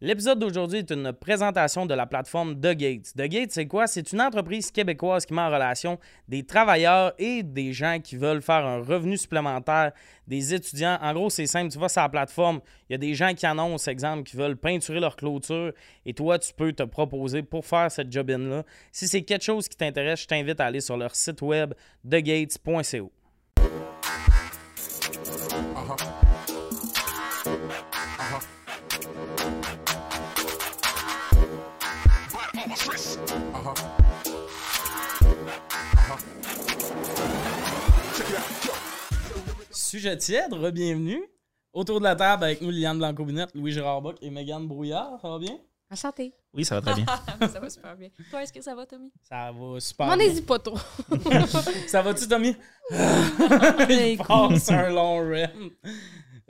L'épisode d'aujourd'hui est une présentation de la plateforme The Gates. The Gates, c'est quoi? C'est une entreprise québécoise qui met en relation des travailleurs et des gens qui veulent faire un revenu supplémentaire, des étudiants. En gros, c'est simple. Tu vas sur la plateforme, il y a des gens qui annoncent, exemple, qui veulent peinturer leur clôture et toi, tu peux te proposer pour faire cette job-in-là. Si c'est quelque chose qui t'intéresse, je t'invite à aller sur leur site web thegates.co. Sujet tiède, re-bienvenue. Autour de la table avec nous, Liliane Blanco-Binette, Louis-Gérard Bock et Megan Brouillard. Ça va bien? Enchanté. Oui, ça va très bien. Ah, ça va super bien. Toi, est-ce que ça va, Tommy? Ça va super M'en bien. hésite pas trop. Ça va-tu, Tommy? Il Écoute. passe un long rem.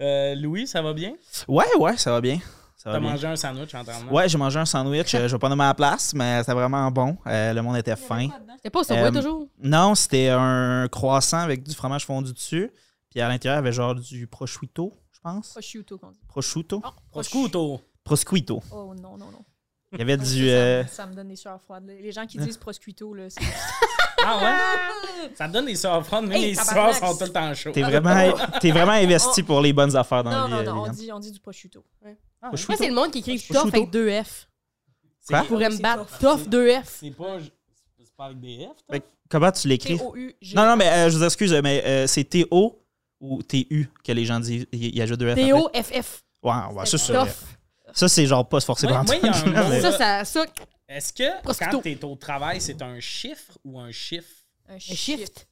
Euh, Louis, ça va bien? Ouais, ouais, ça va bien. Ça va T'as bien. mangé un sandwich en terminale? Ouais, j'ai mangé un sandwich. euh, je vais pas nommer la place, mais c'était vraiment bon. Euh, le monde était Il fin. y avait quoi dedans? T'es pas au Subway Euh, toujours? Non, c'était un croissant avec du fromage fondu dessus. Puis à l'intérieur, il y avait genre du prosciutto, je pense. Prosciutto, qu'on dit. Prosciutto? Oh, Prosciutto. Prosciutto. Oh non, non, non. Il y avait Ça, du... euh, me- ça me donne des sueurs froides. là. Les gens Ah. qui disent prosciutto, là, c'est. Ah ouais? ça te donne des soirs froides, mais Hey, les soirs tabarnak. sont tout le temps chauds. T'es vraiment, t'es vraiment investi pour les bonnes affaires dans non, la non, vie. non, on Liliane. dit, on dit du prosciutto. Ah, Je crois que c'est le monde qui écrit Prosciutto. tough avec deux F. C'est- Pour C'est me battre, tough. tough deux F. C'est pas, c'est pas avec des F, toi? Mais Comment tu l'écris? T-O-U-G. Non, non, mais euh, je vous excuse, mais euh, c'est T-O ou T-U que les gens disent. Il y a juste deux F. après. T-O-F-F. Ouais, ouais, ça, c'est- Tough. ça, c'est genre pas se forcer Moi- dans moi, il y a un mot, mais- là. Ça, ça, ça, Est-ce que Prosciutto. quand t'es au travail, c'est un chiffre ou un chiffre? Un un shift. shift.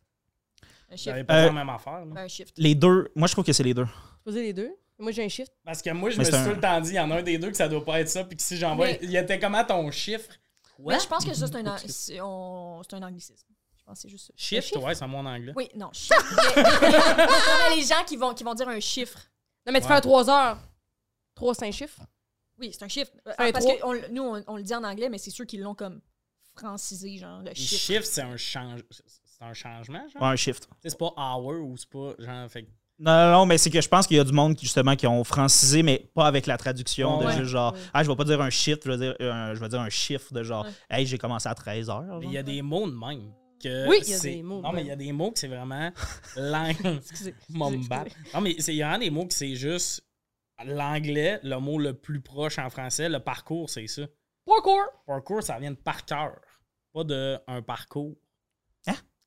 Un J'avais shift. pas Euh, la même affaire, là. Un shift. Les deux, moi je trouve que c'est les deux. Poser les deux. Moi, j'ai un shift. Parce que moi, je Mais me suis c'est un- tout le temps dit, il y en a un des deux que ça doit pas être ça, puis que si j'envoie. Mais- Ben, Il était comment ton chiffre? Mais je pense que ça, c'est un, an- Ok. c'est on- c'est un anglicisme. Je pense que c'est juste ça. Chiffre, Un ouais, c'est mon anglais. Oui, non, chiffre. Mais- mais- mais les gens qui vont, qui vont dire un chiffre. Non, mais tu Ouais. fais un 3 heures. 3, 5 chiffres. Oui, c'est un chiffre. Fait parce trois. que on- nous, on, on le dit en anglais, mais c'est ceux qui l'ont comme francisé, genre, le Les chiffre. chiffres, c'est un, change... c'est un changement, genre? Ouais, un shift. Tu sais, C'est pas hour ou c'est pas genre. Fait... que- Non, non, non, mais c'est que je pense qu'il y a du monde qui, justement qui ont francisé, mais pas avec la traduction de Ouais. juste genre Ouais. Ah, je vais pas dire un shift, je vais dire, un- je vais dire un chiffre de genre Ouais. Hey, j'ai commencé à 13 heures. genre. Mais il y a des mots de même. Que Oui, il y a c'est- des mots de Non, mais même. il y a des mots que c'est vraiment. Langue. Excusez. Mom Excusez, bap. Non, mais c'est- il y a vraiment des mots que c'est juste l'anglais, le mot le plus proche en français. Le parcours, c'est ça. Parkour. Parcours, ça vient de par cœur, pas de un parcours.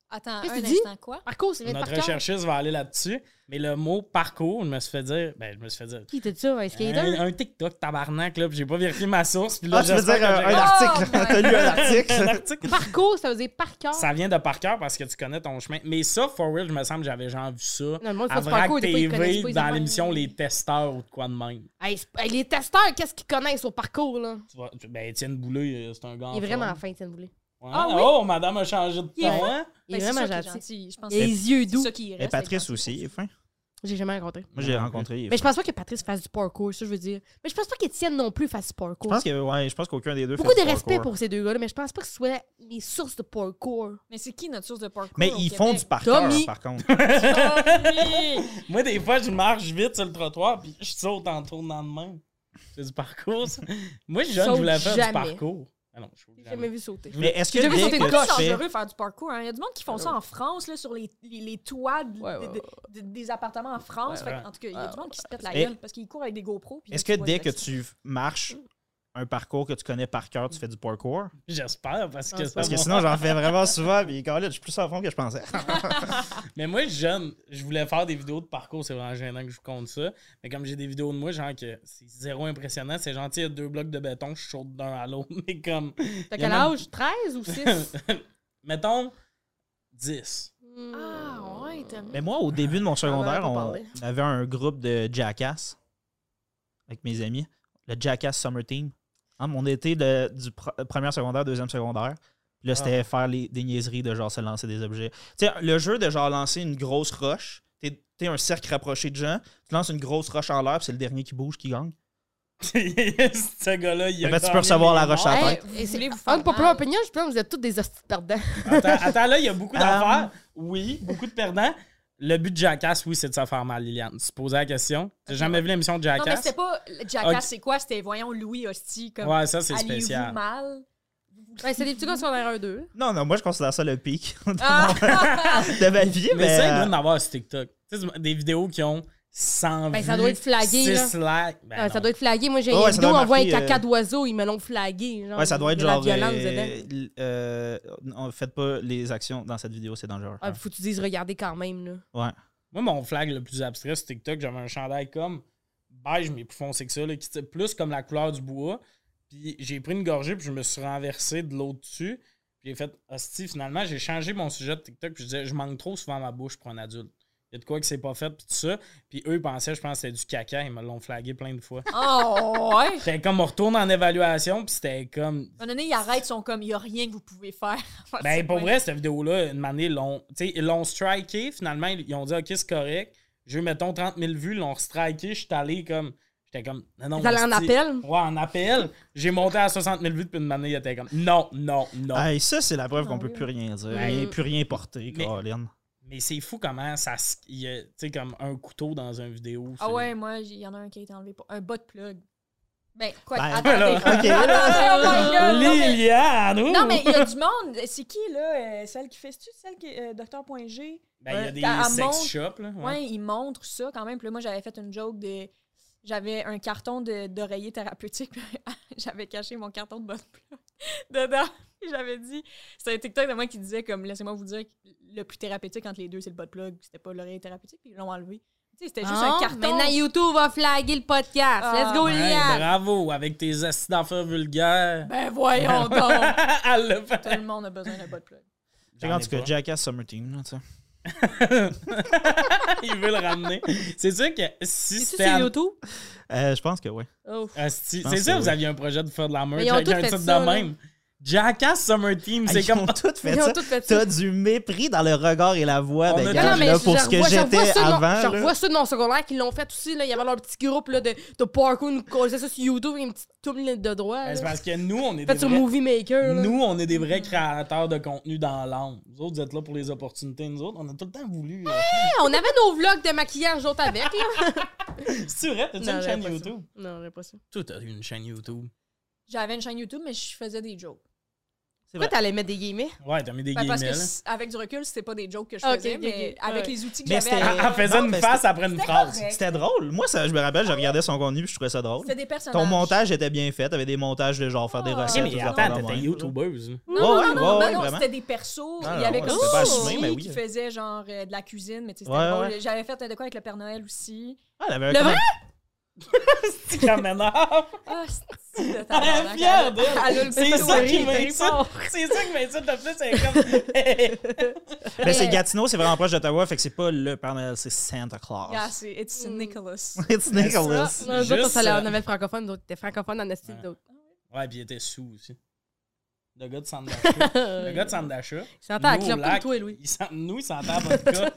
Attends, Qu'est-ce un que tu dis? instant, quoi? Parcours, c'est bien Notre parkour. recherchiste va aller là-dessus, mais le mot parcours, je me suis fait dire, ben, je me suis fait dire. Qui t'a dit ça? Un skater? Un, un TikTok tabarnak, là, puis j'ai pas vérifié ma source, puis là, Ah, tu veux j'espère dire un, que j'ai- un article. Oh, ouais. T'as lu un Un article. article. Parcours, ça veut dire par cœur. Ça vient de par cœur parce que tu connais ton chemin. Mais ça, for real, je me semble que j'avais genre vu ça Non, le monde à fait du parcours, Vrac des fois, ils connaissent pas. TV ils dans disent, l'émission Les Testeurs ou de quoi de même. Hey, c'est- hey, les testeurs, qu'est-ce qu'ils connaissent au parcours, là? Tu vois, tu- ben, Étienne Boulay, euh, c'est un gars. Il est en vraiment forme. fin, Étienne Boulay. Ouais. Ah oui? Oh, madame a changé de Il est ton. hein? Il est Ben, c'est vraiment ça qui est gentil. gentil. Je pense Il a que les yeux c'est doux. ça qui reste. Et Patrice gentil. aussi, il est fin. J'ai jamais rencontré. Moi, j'ai rencontré. il est fin. Mais je pense pas que Patrice fasse du parkour, ça je veux dire. Mais je pense pas qu'Étienne non plus fasse du Je parkour. pense que, ouais, je pense qu'aucun des deux Beaucoup fait de du respect parkour. pour ces deux gars-là, mais je pense pas que ce soit les sources de parkour. Mais c'est qui notre source de parcours? Mais au ils Québec? font du parcours, Tommy. par contre. Ah Moi, des fois, je marche vite sur le trottoir, puis je saute en tournant de même. C'est du parcours, ça. Moi, jeune, je Saute voulais faire du jamais. parcours. Ah non, je saute J'ai jamais jamais. vu sauter. Mais est-ce que J'ai dès jamais sauté que une C'est coche, tu fais- dangereux faire du parcours. hein. Il y a du monde qui font ça en France, là, sur les, les, les toits de- Ouais, ouais, de- de- des appartements en France. Ouais, Fait que, ouais. en tout cas, il y a Ouais, du monde qui se pète la Et- gueule parce qu'ils courent avec des GoPros. puis là, Est-ce que vois dès des que accidents. tu marches un parcours que tu connais par cœur, tu fais du parcours? J'espère, parce que Ah, c'est ça Parce que va- sinon, j'en fais vraiment souvent, puis quand je suis plus en fond que je pensais. Mais moi, jeune, je voulais faire des vidéos de parcours. C'est vraiment gênant que je vous compte ça. Mais comme j'ai des vidéos de moi, genre que c'est zéro impressionnant, c'est gentil, il y a deux blocs de béton, je saute d'un à l'autre. Mais comme, T'as Il y en quel a- âge? 13 ou 6? mettons, 10. hmm. Ah, ouais, t'as Mais moi, au début de mon secondaire, pas on, parlé. on avait un groupe de jackass avec mes amis, le Jackass Summer Team. Hein, on était de- du pr- euh, premier secondaire, deuxième secondaire. Puis Là, c'était faire les- des niaiseries de genre se lancer des objets. Tu sais, le jeu de genre lancer une grosse roche, t'es t'es un cercle rapproché de gens, tu lances une grosse roche en l'air, puis c'est le dernier qui bouge qui gagne. Ce gars-là, il a. En fait, tu peux gagné recevoir les la roche morts. à la Hey, tête. Vous voulez vous faire un populaire mal. opinion, je pense que vous êtes tous des hosties perdants. Attends, attends, là, il y a beaucoup Um, d'affaires. Oui, beaucoup de perdants. Le but de Jackass, oui, c'est de se faire mal, Liliane. Tu te posais la question. T'as jamais vu l'émission de Non, mais Jackass? c'était pas Jackass, Ok. c'est quoi? C'était, voyons, Louis Hostie, comme. ouais, ça, c'est Alliez-vous spécial. mal? Ouais, c'est des petits gars qui sont vers un d'eux. Non, non, moi, je considère ça le pic Ah! de ma vie, mais... euh, Mais ça, il doit en avoir sur TikTok. Tu sais, des vidéos qui ont 100 Ben, vues, ça doit être flagué, 6 likes. Ben, Ah, non. ça doit être flagué. Moi, j'ai Ouais, une ouais, ça vidéo, doit on voit un marquer, caca euh, d'oiseau, ils me l'ont flagué. Genre, Ouais, ça doit être il y a genre. de La violence euh, dedans. l- euh, on- faites pas les actions dans cette vidéo, c'est dangereux. Ah, faut que tu dises, regardez quand même, là. Ouais. Moi, mon flag le plus abstrait sur TikTok, j'avais un chandail comme beige, mais plus foncé que ça, là, qui était plus comme la couleur du bois. Puis j'ai pris une gorgée, puis je me suis renversé de l'eau dessus. Puis j'ai fait, hostie, finalement, j'ai changé mon sujet de TikTok. Puis je disais, je manque trop souvent ma bouche pour un adulte. Il y a de quoi que c'est pas fait, puis tout ça. Puis eux, ils pensaient, je pense, que c'était du caca. Ils me l'ont flagué plein de fois. oh, ouais! C'était comme, on retourne en évaluation, puis c'était comme, À un moment donné, ils arrêtent, ils sont comme, il n'y a rien que vous pouvez faire. Ah, C'est Ben, pour pas- vrai, cette vidéo-là, une année, ils l'ont, tu sais, ils l'ont striké. Finalement, ils ils ont dit, OK, c'est correct. Je mettons 30 000 vues, ils l'ont striké. Je suis allé comme. J'étais comme. Non, non, T'es allé en hostie. appel? Ah, Ouais, en appel. J'ai monté à 60 000 vues, puis une année, il était comme. Non, non, non. Hey, ça, c'est la preuve qu'on Non, peut oui. plus rien dire. Ouais. Rien- plus rien porter, Mais- Colin. Mais c'est fou comment ça. se- Il y a, tu sais, comme un couteau dans une vidéo. Ah c'est- ouais, moi, il y en a un qui a été enlevé pour un bas de plug. Ben, quoi, Ben, attendez. voilà. Attendez, là. oh my God, non, mais- Liliane! ouh! Non, mais il y a du monde. C'est qui, là? euh, celle qui fait tu celle qui euh, est Docteur.g? Ben, il y a à- à des sex montre- shops, là. ouais. Ouais, ils montrent ça quand même. Puis là, moi, j'avais fait une joke de. J'avais un carton de- d'oreiller thérapeutique. puis j'avais caché mon carton de bonne plug dedans. Puis j'avais dit. C'était un TikTok de moi qui disait, comme, laissez-moi vous dire, que le plus thérapeutique entre les deux, c'est le bot plug. C'était pas l'oreiller thérapeutique. Puis ils l'ont enlevé. Tu sais, c'était juste Ah, un carton. Maintenant, YouTube va flaguer le podcast. Ah. Let's go, Ouais, ben, Liam. bravo, avec tes astuces d'enfer vulgaires. Ben voyons donc. Elle l'a fait. Tout le monde a besoin d'un bot plug. Fait qu'en tout cas, Jackass Summer Team, là, tu sais. il veut le ramener. C'est sûr que si C'est-tu c'était. sur à- YouTube? Euh, je pense que oui. Ouf. Ah, si- pense C'est que sûr que vous oui. aviez un projet de faire de la merch Mais ils ont avec tous un fait titre ça, de là. même. Jackass Summer Team, c'est comme. Ils ont tout fait Ils ont ça. tout fait ça. T'as du mépris dans le regard et la voix On de a- gars, Non, là, non, pour je ce que revois- je revois j'étais ça de mon- avant. Je là. revois ça de mon secondaire qui l'ont fait aussi. Là. Il y avait leur petit groupe là, de, de parkour, ils nous causaient ça sur YouTube, une petite tourne de droit. Ben, là. C'est parce que nous, on est des Fait sur vrais- Movie Maker. là. Nous, on est des vrais créateurs de contenu dans l'âme. Vous autres, vous êtes là pour les opportunités. Nous autres, on a tout le temps voulu. euh, Ouais, on avait nos vlogs de maquillage d'autres avec. Là. C'est vrai, t'as-tu Non, une j'avais chaîne pas ça. YouTube? Non, j'ai pas ça. Toi, t'as une chaîne YouTube. J'avais une chaîne YouTube, mais je faisais des jokes. Pourquoi t'allais mettre des guillemets? Ouais, t'as mis des Ben, parce que guillemets. là. c- avec du recul, c'était pas des jokes que je Ok, faisais, ok, mais ok. avec Ouais. les outils que Mais j'avais. euh, c'était- à- Elle faisait Non, une mais face après une phrase. correct. C'était drôle. Moi, ça, je me rappelle, je regardais son contenu puis je trouvais ça drôle. C'était des personnages. Ton montage était bien fait. T'avais des montages de genre faire des Ah. Ok, recettes. Eh, mais des affaires attends, de t'étais même. youtubeuse. là. Ouais, ouais, Non, non, ouais, non, vraiment. c'était des persos. Ah, Il y avait ouais, comme c'était pas Suzy assumé, mais oui. qui faisait genre euh, de la cuisine, mais tu sais, c'était Ouais, drôle. ouais. J'avais fait euh, de quoi avec le Père Noël aussi. Ah, elle avait un Le vrai? C'est quand même énorme. Ah, c'est de Elle est tabarnak. fière d'elle. Elle a le C'est petit ça qui sourire, elle est m'insulte. forte. C'est ça qui m'insulte le plus. C'est comme. Mais Ben, c'est Gatineau, c'est vraiment proche d'Ottawa, fait que c'est pas le Père Noël, c'est Santa Claus. Yeah, c'est It's Nicholas. It's C'est Nicholas. Non, nous autres, juste, on s'allait- euh, on avait le francophone, d'autres étaient francophones en estime Ouais. d'autres. Ouais, puis il était sous aussi. Le gars de Sandacha. le gars de Sandacha. Il s'entend à nous, au clope comme lac, toi, Louis. il s'en- nous, il s'entend à vodka.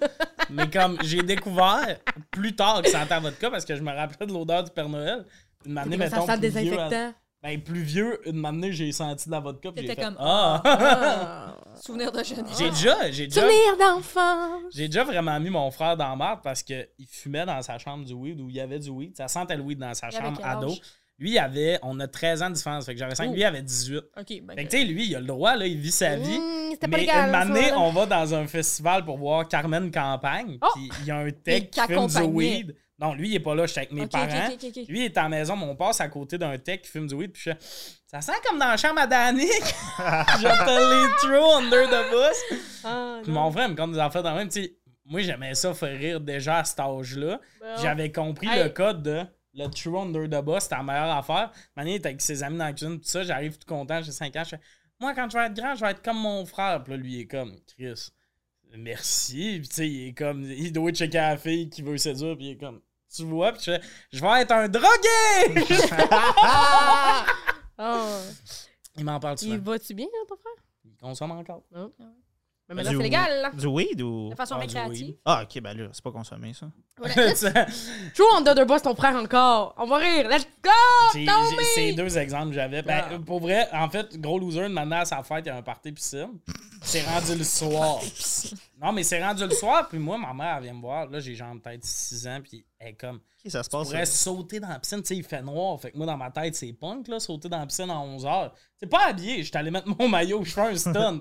mais comme j'ai découvert plus tard qu'il s'entend à vodka parce que je me rappelais de l'odeur du Père Noël. Une année, Comme mettons, Ça sent le plus vieux, désinfectant. ben, plus vieux, une année, j'ai senti de la vodka. puis j'ai T'étais fait, comme, Ah! Souvenir de jeunesse. J'ai déjà, j'ai déjà, Souvenir d'enfant. j'ai déjà vraiment mis mon frère dans la marde parce qu'il fumait dans sa chambre du weed ou il y avait du weed. Ça sentait le weed dans sa Il avait chambre quel ado. âge? Lui, il avait, on a 13 ans de différence. Fait que j'avais 5, Ouh. lui, il avait 18. Ok, ben. Fait que, tu sais, lui, il a le droit, là, il vit sa vie. Mmh, C'était pas Mais légal. une à ce année, moment-là. on va dans un festival pour voir Carmen Campagne. Oh! Puis il y a un tech Il qui fume du t'accompagnait. weed. Non, lui, il est pas là, je suis avec mes Ok, ok, parents. ok, ok, ok. Lui, il est à la maison, mais on passe à côté d'un tech qui fume du weed. Puis je fais, ça sent comme dans la chambre à Danick. je te les throw under the bus. Ah, Puis non. mon frère me compte des affaires dans le même. tu sais, moi, j'aimais ça faire rire déjà à cet âge-là. Bon. J'avais compris Oh. Hey. le code de le true under the bus, c'était la meilleure affaire. Mané était avec ses amis dans la cuisine, tout ça, j'arrive tout content, j'ai 5 ans, je fais Moi, quand je vais être grand, je vais être comme mon frère. Puis là, lui, il est comme Chris, merci. Puis tu sais, il est comme Il doit checker la fille qui veut séduire, puis il est comme Tu vois, puis je fais Je vais être un drogué Ah. Il m'en parle souvent. Il va-tu bien, hein, ton frère? Ah Il consomme encore. Non. Mais maintenant, c'est Du- légal, là. Du weed ou. De façon Ah, du récréative. Ah, ok, ben là, c'est pas consommé, ça. True on the boss ton frère encore. On va rire. Let's go! J'ai- Tommy! j'ai- C'est deux exemples que j'avais. Ben, Ah. Pour vrai, en fait, gros loser, demandait à sa fête, il y a un party piscine. C'est rendu le soir. non, mais c'est rendu le soir, puis moi, ma mère, elle vient me voir. Là, j'ai genre peut-être 6 ans, puis elle est comme. Ok, ça se Je passe. pourrais sauter dans la piscine, tu sais, il fait noir. Fait que moi, dans ma tête, c'est punk, là, sauter dans la piscine à 11h. C'est pas habillé, je suis allé mettre mon maillot, je fais un stunt.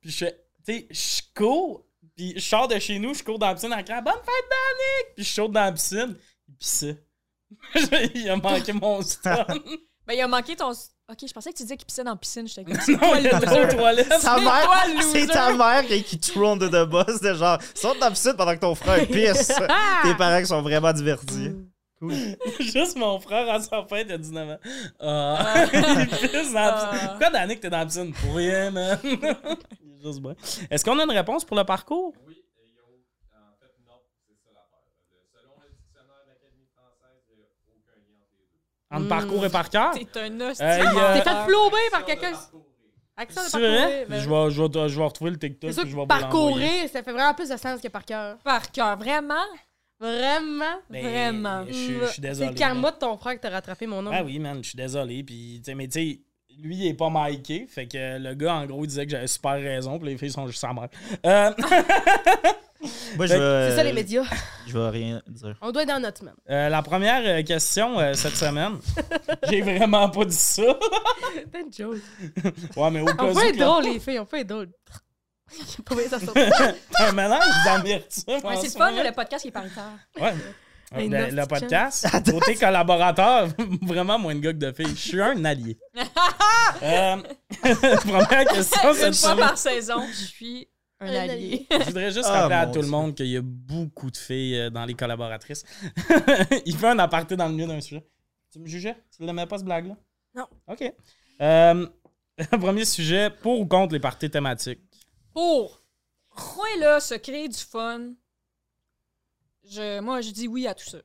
puis je fais, tu sais, je cours, puis je sors de chez nous, je cours dans la piscine en criant Bonne fête, Danick! Puis je saute dans la piscine, puis ça. il a manqué mon stunt. Ben, il a manqué ton. Ok, je pensais que tu disais qu'il pissait dans la piscine. J'étais comme. non, il est aux toilettes. Ta C'est toi, le mère, Ah, loser. c'est ta mère qui, qui true on the boss de genre saute dans la piscine pendant que ton frère pisse. Ah! Tes parents qui sont vraiment divertis. Juste mon frère à sa fête, il a 19 ans. Ah. il pisse dans la piscine. Ah. Pourquoi, Danick, t'es dans la piscine? Pour rien, man. Il est juste bon. Est-ce qu'on a une réponse pour le parcours? Oui, et il y a au- en fait, non, c'est ça l'affaire. Le- Selon le dictionnaire de l'Académie française, il n'y a aucun lien entre les deux. Entre Hmm. parcours et par cœur? T'es un hostie. Euh, il y a- T'es fait flouber Action par de quelqu'un. parcourir. Action de C'est vrai? parcourir. Je ben- vais, je, vais, je vais retrouver le TikTok. C'est et sûr je vais que vous l'envoyer. parcourir, ça fait vraiment plus de sens que par cœur. Par cœur, vraiment? Vraiment. Ben, Vraiment. Je, suis- je suis désolé. C'est le karma de ton frère que t'as rattrapé mon nom. Ah oui, man, je suis désolé. Puis, tu sais, mais tu sais, lui, il est pas Mikey. Fait que euh, le gars, en gros, il disait que j'avais super raison. Puis les filles sont juste sa mère. Euh, Moi, je vais. C'est ça les médias. Je vais rien dire. On doit être dans notre semaine. euh, la première euh, question euh, cette semaine, j'ai vraiment pas dit ça. C'est une joke. Ouais, mais au Ah, cas On où. peut être que- drôle, les filles, on peut être drôle. J'ai pas oublié ça sortir. Un mélange d'amertume. en Ouais, c'est le ce fun, moment. le podcast qui est paritaire. Ouais. Hey, Le, nasty le chum. podcast, côté collaborateur, vraiment moins de gars que de filles. Je suis un allié. Euh, première question, Une cette fois semaine. par saison, je suis un Un allié. Je voudrais juste Ah, rappeler à mon tout le Dieu. monde qu'il y a beaucoup de filles euh, dans les collaboratrices. Il fait un aparté dans le milieu d'un sujet. Tu me jugeais? Tu n'aimais pas ce blague-là? Non. OK. Euh, premier sujet, pour ou contre les parties thématiques? Pour. Moi, là, se créer du fun, je, moi, je dis oui à tout ça.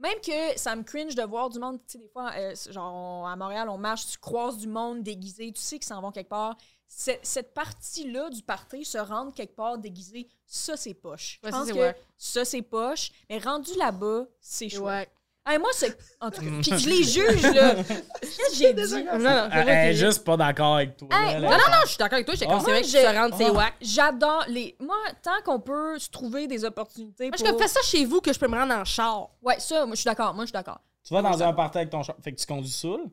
Même que ça me cringe de voir du monde, tu sais, des fois, euh, c'est- genre, on- à Montréal, on marche, tu croises du monde déguisé, tu sais qu'ils s'en vont quelque part. C'est- cette partie-là du party, se rendre quelque part déguisé, ça, c'est poche. Je Ouais, ça, pense c'est que wack. ça, c'est poche, mais rendu là-bas, c'est chouette. Ouais. Hey, moi, c'est. En tout cas, Mm. puis je les juge, là. Qu'est-ce que j'ai dit? Non, non, Elle est Ah, juste pas d'accord avec toi. Hey, là, non, là. non, non, je suis d'accord avec toi. J'étais comme, Ah. c'est vrai que tu Moi, te j'ai- rends, c'est Ah. whack. J'adore les. Moi, tant qu'on peut se trouver des opportunités. Moi, je pour... suis comme, fais ça chez vous que je peux me rendre en char. Ouais, ça, moi, je suis d'accord. Moi, je suis d'accord. Tu vas dans un party avec ton char. Fait que tu conduis saoul.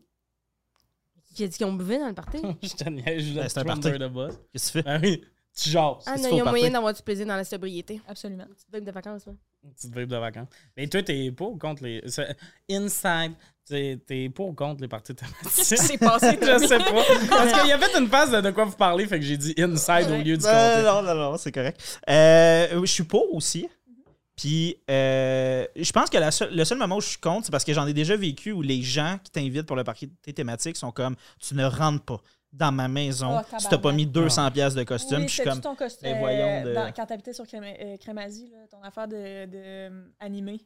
Qui a dit qu'on buvait dans le party? je te niaise, je Ben, c'est un Trump party. de boss. Qu'est-ce que tu fais? Ben oui, tu jases. Ah Qu'est-ce non, qu'il il y faut a au moyen party? d'avoir du plaisir dans la sobriété. Absolument. Tu te de vacances, là. Une petite vibe de vacances. Mais toi, t'es pour ou contre les. c'est- Inside, t'es t'es pour ou contre les parties thématiques? C'est passé, Je sais pas. Parce qu'il y a fait une phase de de quoi vous parlez, fait que j'ai dit inside au lieu du Euh, contre. non, non, non, c'est correct. Euh, je suis pour aussi. Puis, euh, je pense que la seule- le seul moment où je suis contre, c'est parce que j'en ai déjà vécu où les gens qui t'invitent pour le parquet thématique sont comme tu ne rentres pas dans ma maison Oh, tabarnak. si t'as pas mis 200$ piastres de costume. Puis je suis comme ton costume. euh, ben, voyons de- dans- quand t'habitais sur Créma- euh, Crémazie, là, ton affaire de, de, euh, animé.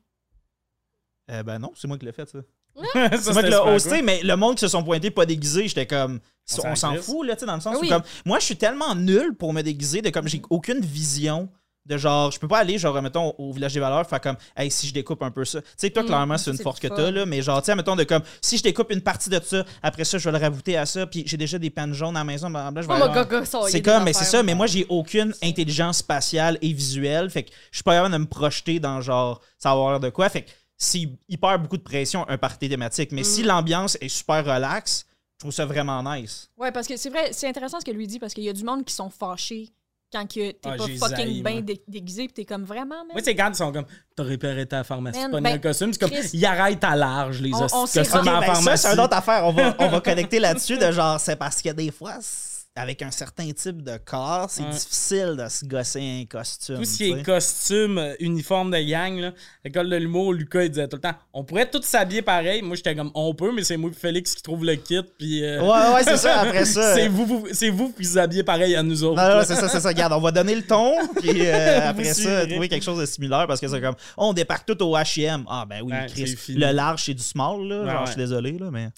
Euh, ben non, c'est moi qui l'ai fait, ça. Ça, C'est moi qui l'ai super hosté, mais le monde qui se sont pointés pas déguisés, j'étais comme. On s'en On s'en crisse. fout, là, tu sais, dans le sens Ah oui. où, comme. Moi, je suis tellement nul pour me déguiser, de comme, j'ai aucune vision de genre. Je peux pas aller, genre, mettons, au village des valeurs, faire comme, hey, si je découpe un peu ça. Tu sais, toi, Mm, clairement, c'est une c'est force que fun. t'as, là, mais genre, tu sais, mettons, de comme, si je découpe une partie de ça, après ça, je vais le rajouter à ça, puis j'ai déjà des pannes jaunes à la maison, blablabla, je vais Oh, aller- mon gaga, ça, il y c'est a des comme, mais c'est affaires. ça, mais moi, j'ai aucune intelligence spatiale et visuelle. Fait que je suis pas capable de me projeter dans genre savoir de quoi. Fait que c'est hyper beaucoup de pression, un party thématique. Mais si l'ambiance est super relax, je trouve ça vraiment nice. Ouais, parce que c'est vrai, c'est intéressant ce que lui dit parce qu'il y a du monde qui sont fâchés quand que t'es Ah, pas j'ai zaï, fucking moi. bien dé- déguisé pis t'es comme vraiment, man. Moi, c'est quand ils sont comme, t'as repéré ta pharmacie, Man, pas ben, un costume. C'est comme, Chris- ils arrêtent à large, les On- hosties on de s'est costumes rendu- en Ok, ben ça, pharmacie. c'est une autre affaire. On va, on va connecter là-dessus de genre, c'est parce que des fois, c'est- avec un certain type de corps, c'est Ouais. difficile de se gosser un costume. Tout ce tu qui est sais. costume, euh, uniforme de gang, là, l'école de l'humour, Lucas, il disait tout le temps, on pourrait tous s'habiller pareil. Moi, j'étais comme, on peut, mais c'est moi et Félix qui trouve le kit, puis. euh, Ouais, ouais, c'est ça, après ça. c'est vous, vous, c'est vous, puis vous habillez pareil à nous autres. Non, non, là. c'est ça, c'est ça. Regarde, on va donner le ton, puis euh, Vous après ça, suivrez. trouver quelque chose de similaire parce que c'est comme, oh, on débarque tout au HM. Ah, ben oui, Ouais, Chris. c'est fini. Le large, c'est du small, là. Ouais, genre, ouais. je suis désolé, là, mais.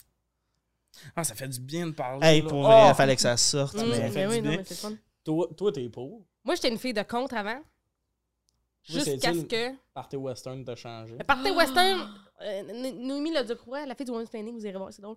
Ah, ça fait du bien de parler. Hey, là. Ah! pour Oh! vrai, fallait que ça sorte. Mm, mais ça mais fait oui, du non, bien. mais c'est le fun. Toi, toi, t'es pour. Moi, j'étais une fille de contre avant. Jusqu'à ce c'est-tu que. Party western t'a changé. Le party western, euh, N- Noémie le Ducroix, la fille du Women's Planning, vous irez voir, c'est drôle.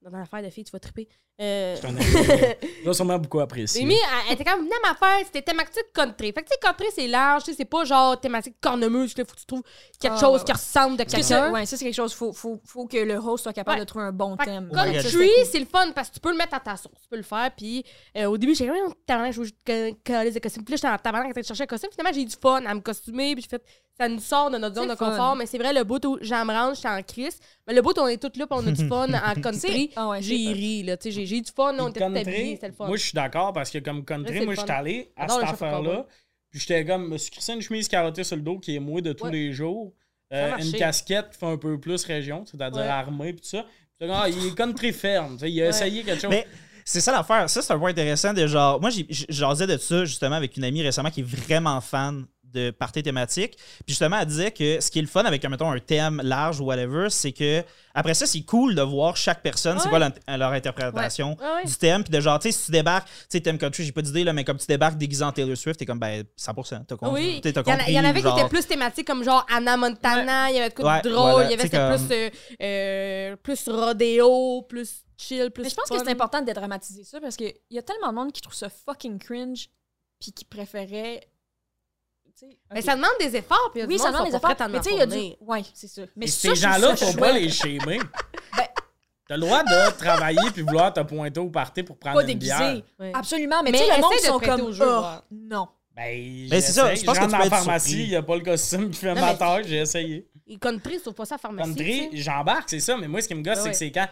Dans l'affaire de fille, tu vas triper. Euh, C'est un acteur. Tu dois sûrement beaucoup apprécié. Noémie, elle, elle était comme, venez à ma fête, c'était thématique country. Fait que, tu sais, country, c'est large, tu sais, c'est pas genre thématique cornemuse, là, faut que tu trouves quelque Ah, chose ouais, qui ouais. ressemble de Parce que ça, quelqu'un. ouais, ça c'est quelque chose, faut, faut, faut que le host soit capable Ouais. de trouver un bon Fait thème. que Oh my God. country, c'est le fun parce que tu peux le mettre à ta sauce. Tu peux le faire. Puis euh, au début, j'ai dit, oh, tabarnak, je veux juste que- coller des costumes. Puis là, j'étais en tabarnak en train de chercher un costume. Finalement, j'ai eu du fun à me costumer. Puis j'ai fait, ça nous sort de notre zone C'est de fun. confort. Mais c'est vrai, le bout où j'en branche, j'étais en crise. Mais le bout où on est toutes là, puis on a du fun en country. Ah ouais, J'ai c'est- ri, là. Tu sais, j'ai j'ai eu du fun. On était tout habillés. C'était le fun. moi, je suis d'accord parce que comme Là, country, c'est moi, le fun. j'étais allé à J'adore cette le chauffeur affaire-là. cowboy. Puis j'étais comme, me suis crissé une chemise carottée sur le dos qui est mouée de tous Ouais. les jours. Ça a Euh, marché. une casquette qui fait un peu plus région, c'est-à-dire Ouais. armée, puis tout ça. J'étais comme, ah, il est country ferme. tu sais, Il a essayé quelque chose. Mais c'est ça l'affaire. Ça, c'est un point intéressant de genre. Moi, j'ai- j- j'asais de ça justement avec une amie récemment qui est vraiment fan de parties thématiques. Puis justement, elle disait que ce qui est le fun avec, mettons, un thème large ou whatever, c'est que après ça, c'est cool de voir chaque personne, c'est quoi Ouais. l'int- leur interprétation Ouais, ouais. du thème. Puis de genre, tu sais, si tu débarques, tu sais, thème country, j'ai pas d'idée, là, mais comme tu débarques déguisé en Taylor Swift, t'es comme, ben, 100%, t'as compris. Oui, t'as il y, en a- il y en compris, avait genre. qui étaient plus thématiques comme genre Anna Montana, il y avait de quoi de Ouais, drôle, voilà, il y avait tu c'était sais, comme- plus, euh, euh, plus rodéo, plus chill, plus Mais je pense que fun. c'est important de dédramatiser ça parce qu'il y a tellement de monde qui trouve ça fucking cringe puis qui préférait. tu sais, Mais ok. ça demande des efforts, puis oui, ça demande des efforts. Mais tu sais, il y a du. du... Ouais, c'est ça. Mais Et ça, ces je trouve gens-là, ça faut pas chouette. les schémer. Ben- T'as le droit de travailler puis vouloir te pointer au party pour prendre Pas une bière. déguisés. Absolument, mais, Mais tu sais, le monde essaie de sont prêter comme. au jeu, Ah, voir. non. Ben, Ben, c'est ça, j'essaye. je pense que rentre tu peux en être pharmacie, surpris. il n'y a pas le costume qui fait Non, ma mais- taille, j'ai essayé. Ils country, sauf pas ça à la pharmacie. Country, tu sais. j'embarque, c'est ça, mais moi, ce qui me gosse, Ah c'est ouais. que c'est quand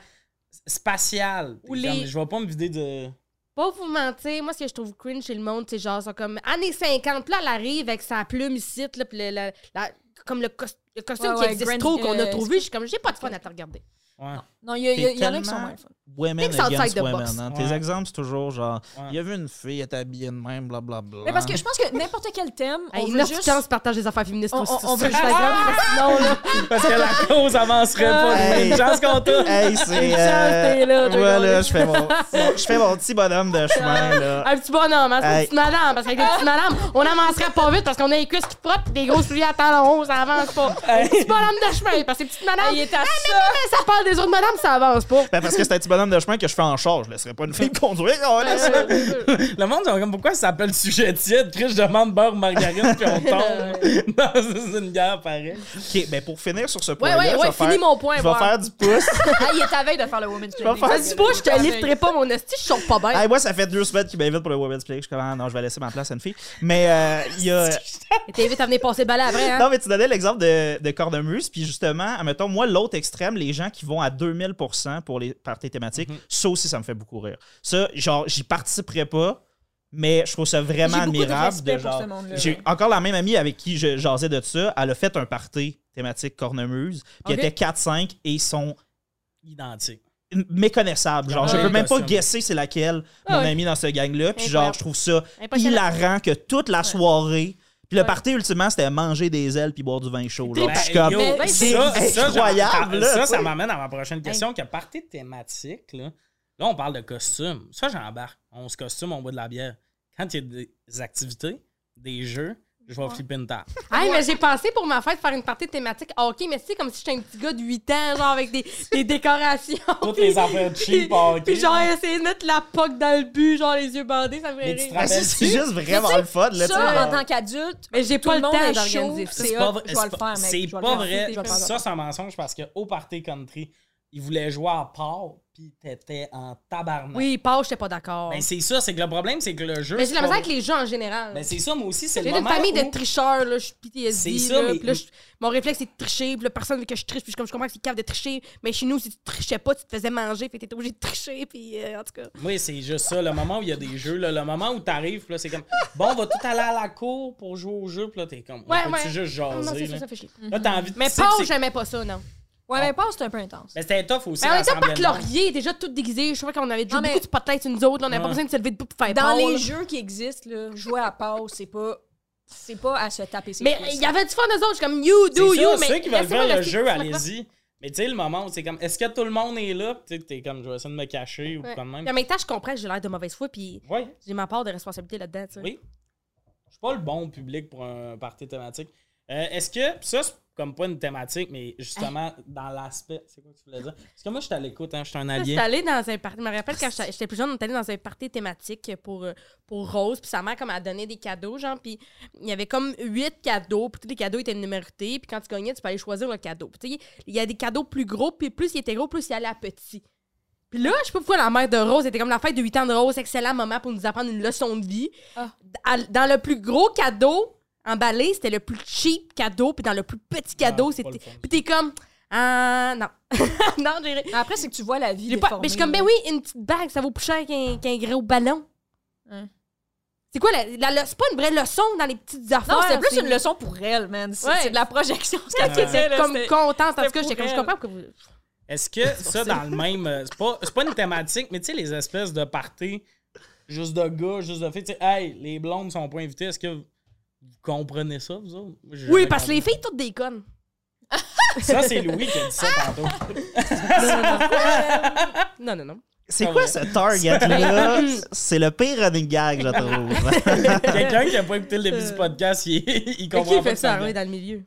spatial. Ou T'es comme, les- Je vais pas me vider de. Pas vous mentir, moi, ce que je trouve cringe chez le monde, c'est genre, sont comme années 50, puis là, elle arrive avec sa plume ici, là, puis le- la- la- comme le, cos- le costume Ouais, qui ouais, existe Grand- trop, qu'on a euh, trouvé, je suis comme, j'ai pas de fun à te regarder. Ouais. Non, il y, a- il y a- il y en a qui sont Tellement- moins le fun. Women Think outside against the women. box. hein. Ouais. Tes exemples, c'est toujours genre, il Ouais. y avait une fille, elle était habillée de même, blablabla. Mais parce que je pense que n'importe quel thème, on Hey, veut juste. L'inorticance partage des affaires féministes On- aussi. on- on sur veut- Instagram, sinon, là. Parce que la cause avancerait pas. Hey. Une chance qu'on t'a. Hey, c'est. chance, t'es là, Euh, t'as voilà, gagné. je fais mon, mon- je fais mon petit bonhomme de chemin, là. Un petit bonhomme, hein, c'est une Hey. petite madame. Parce qu'avec une petite madame, on n'avancerait pas vite parce qu'on a les cuisses qui frottent pis des gros souliers à talons hauts, ça avance pas. Un petit bonhomme de chemin, parce que petite madame, il est à mais, mais, mais, ça parle des autres madames, ça avance pas. Ben, parce que c'est un petit bonhomme de chemin que je fais en charge. Je laisserais pas une fille conduire. Oh, là, ça. Le monde, ils sont comme pourquoi ça s'appelle sujet tiède? Chris, je demande beurre, margarine, puis on tombe. non, ça, c'est une guerre pareille. Ok, ben pour finir sur ce Ouais, point-là, ouais, je ouais, vais fini faire- mon point, je vais moi. faire du pouce. Ah, il est à veille de faire le women's vais planning. faire- Vas-y, pas, je te livrerai pas mon esti, je chante pas bien. Hey, moi, ça fait deux semaines qu'il m'invite pour le Women's Play. Je suis comme, ah non, je vais laisser ma place à une fille. Mais euh, il y a. Et T'invites à venir passer le balai après, hein. Non, mais tu donnais l'exemple de, de cornemuse, puis justement, admettons, moi, l'autre extrême, les gens qui vont à 2000% pour les parties thématiques, Mm-hmm. ça aussi, ça me fait beaucoup rire. Ça, genre, j'y participerais pas, mais je trouve ça vraiment J'ai beaucoup de admirable. respect pour genre- ce monde-là. J'ai encore la même amie avec qui je jasais de ça, elle a fait un party thématique cornemuse, puis Ok. elle était 4-5 et ils sont Identique. méconnaissables. Genre, Ah je oui. peux même pas Costume. guesser c'est laquelle, Ah mon oui. ami dans ce gang-là, puis genre, Incroyable. je trouve ça Impressionnant. hilarant que toute la soirée. Puis le Ouais. party, ultimement, c'était manger des ailes puis boire du vin chaud. Ben, Là. Puis je suis comme, yo, ben, c'est incroyable, Ça, là, ça, tu sais. ça m'amène à ma prochaine question. Que partie de thématique, là, là, on parle de costume. Ça, j'embarque. On se costume, on boit de la bière. Quand il y a des activités, des jeux, je vais flipper une table. Hey, mais j'ai pensé pour ma fête faire une partie thématique hockey, mais c'est comme si j'étais un petit gars de 8 ans, genre avec des, des décorations. Toutes puis- les affaires Puis, cheap, ok. puis genre, essayer de mettre la poque dans le but, genre les yeux bandés, ça me fait Mais tu te rire. Ben, c'est- c'est juste vraiment le fun. Là, tu sais. Ça, en tant qu'adulte, Mais j'ai tout pas le monde temps est d'organiser chaud, ça. C'est C'est hot, pas, vrai- je vais le c'est faire, pas- mec. c'est Je vais le pas faire. vrai. Je vais le faire. Ça, c'est un mensonge parce qu'au Party Country, ils voulaient jouer à part, puis t'étais en tabarnak. Oui, pas, j'étais pas d'accord. Ben, c'est ça, c'est que le problème, c'est que le jeu. Mais j'ai c'est la misère pas- avec les gens en général. Ben, c'est ça, moi aussi, c'est le J'ai une moment. famille de où- tricheurs, là, je suis PTSD, C'est ça, là, mais- puis là, je- mon réflexe, c'est de tricher, puis là, personne veut que je triche, puis je, comme, je comprends que c'est cave de tricher, mais chez nous, si tu trichais pas, tu te faisais manger, puis t'étais obligé de tricher, puis euh, en tout cas... Oui, c'est juste ça. Le moment où il y a des jeux, là, le moment où t'arrives, puis là, c'est comme bon, on va tout aller à la cour pour jouer au jeu, puis là, t'es comme. on Ouais, peut-tu ouais. juste Ah, non, jaser. c'est là, ça, ça fait chier. Là, t'as envie de. Mais tu sais que Paul, c'est- j'aimais pas ça, non. Ouais, mais passe, c'est un peu intense. Mais c'était tough aussi. Mais on était au l'Assemblée parc de Noël. Laurier, déjà tout déguisé, je crois qu'on avait déjà Non, mais- beaucoup de spotlights une autres, là, on avait pas Ouais. besoin de se lever debout pour faire Dans Paul, là. les jeux qui existent, là, jouer à part, c'est pas. C'est pas à se taper ses Mais cuisses. il y avait du fun, eux autres, je suis comme, you, do, C'est you, ça, mais... ceux qui veulent laissez-moi faire le rester. jeu, allez-y. Mais tu sais, le moment où c'est comme, est-ce que tout le monde est là? Tu sais, t'es comme, je vais essayer de me cacher ou Ouais. quand même. Puis en même temps, je comprends que j'ai l'air de mauvaise foi, puis Ouais. j'ai ma part de responsabilité là-dedans, tu sais. Oui. Je suis pas le bon public pour un party thématique. Euh, Est-ce que, pis ça, c'est comme pas une thématique, mais justement dans l'aspect. C'est quoi que tu voulais dire? Parce que moi, je suis à l'écoute, hein, je suis un Ça, allié. J'étais allée dans un party. Je me rappelle quand j'étais j'étais plus jeune, on était allé dans un party thématique pour, euh, pour Rose. Puis sa mère, comme, elle donnait des cadeaux, genre. Puis il y avait comme huit cadeaux. Puis tous les cadeaux étaient numérotés. Puis quand tu gagnais, tu peux aller choisir le cadeau. Puis tu sais, il y a des cadeaux plus gros. Puis plus il était gros, plus il allait à petit. Puis là, je sais pas pourquoi la mère de Rose était comme la fête de 8 ans de Rose. Excellent moment pour nous apprendre une leçon de vie. Ah. À- Dans le plus gros cadeau emballé, c'était le plus cheap cadeau. Puis dans le plus petit cadeau, Ah, c'est pas c'était. le fun. Puis t'es comme. Ah, non. non, j'ai. Après, c'est que tu vois la vie. J'ai pas- déformée, mais je suis comme, ben là. oui, une petite bague, ça vaut plus cher qu'un qu'un gros ballon. Hein. C'est quoi, la, la- la- c'est pas une vraie leçon dans les petites affaires. ben Non, c'est plus une leçon pour elle, man. C'est Ouais. c'est de la projection. ce Ouais, qu'elle c'est disait, là, comme c'était- contente. En c'était tout cas, j'étais pour comme, je elle. comprends que vous. Est-ce que ça, dans le même. euh, C'est pas, c'est pas une thématique, mais tu sais, les espèces de parties, juste de gars, juste de filles, tu sais, hey, les blondes sont pas invitées, est-ce que vous comprenez ça, vous autres? Moi, j'ai Oui, jamais parce que les compris. filles, toutes des connes. Ça, c'est Louis qui a dit ça tantôt. Non, non, non. C'est Ah quoi ouais. ce target-là? C'est le pire running gag, je trouve. Quelqu'un qui a pas écouté le début du podcast, il, il Mais comprend qui pas. fait que ça ça, oui, vient. dans le milieu?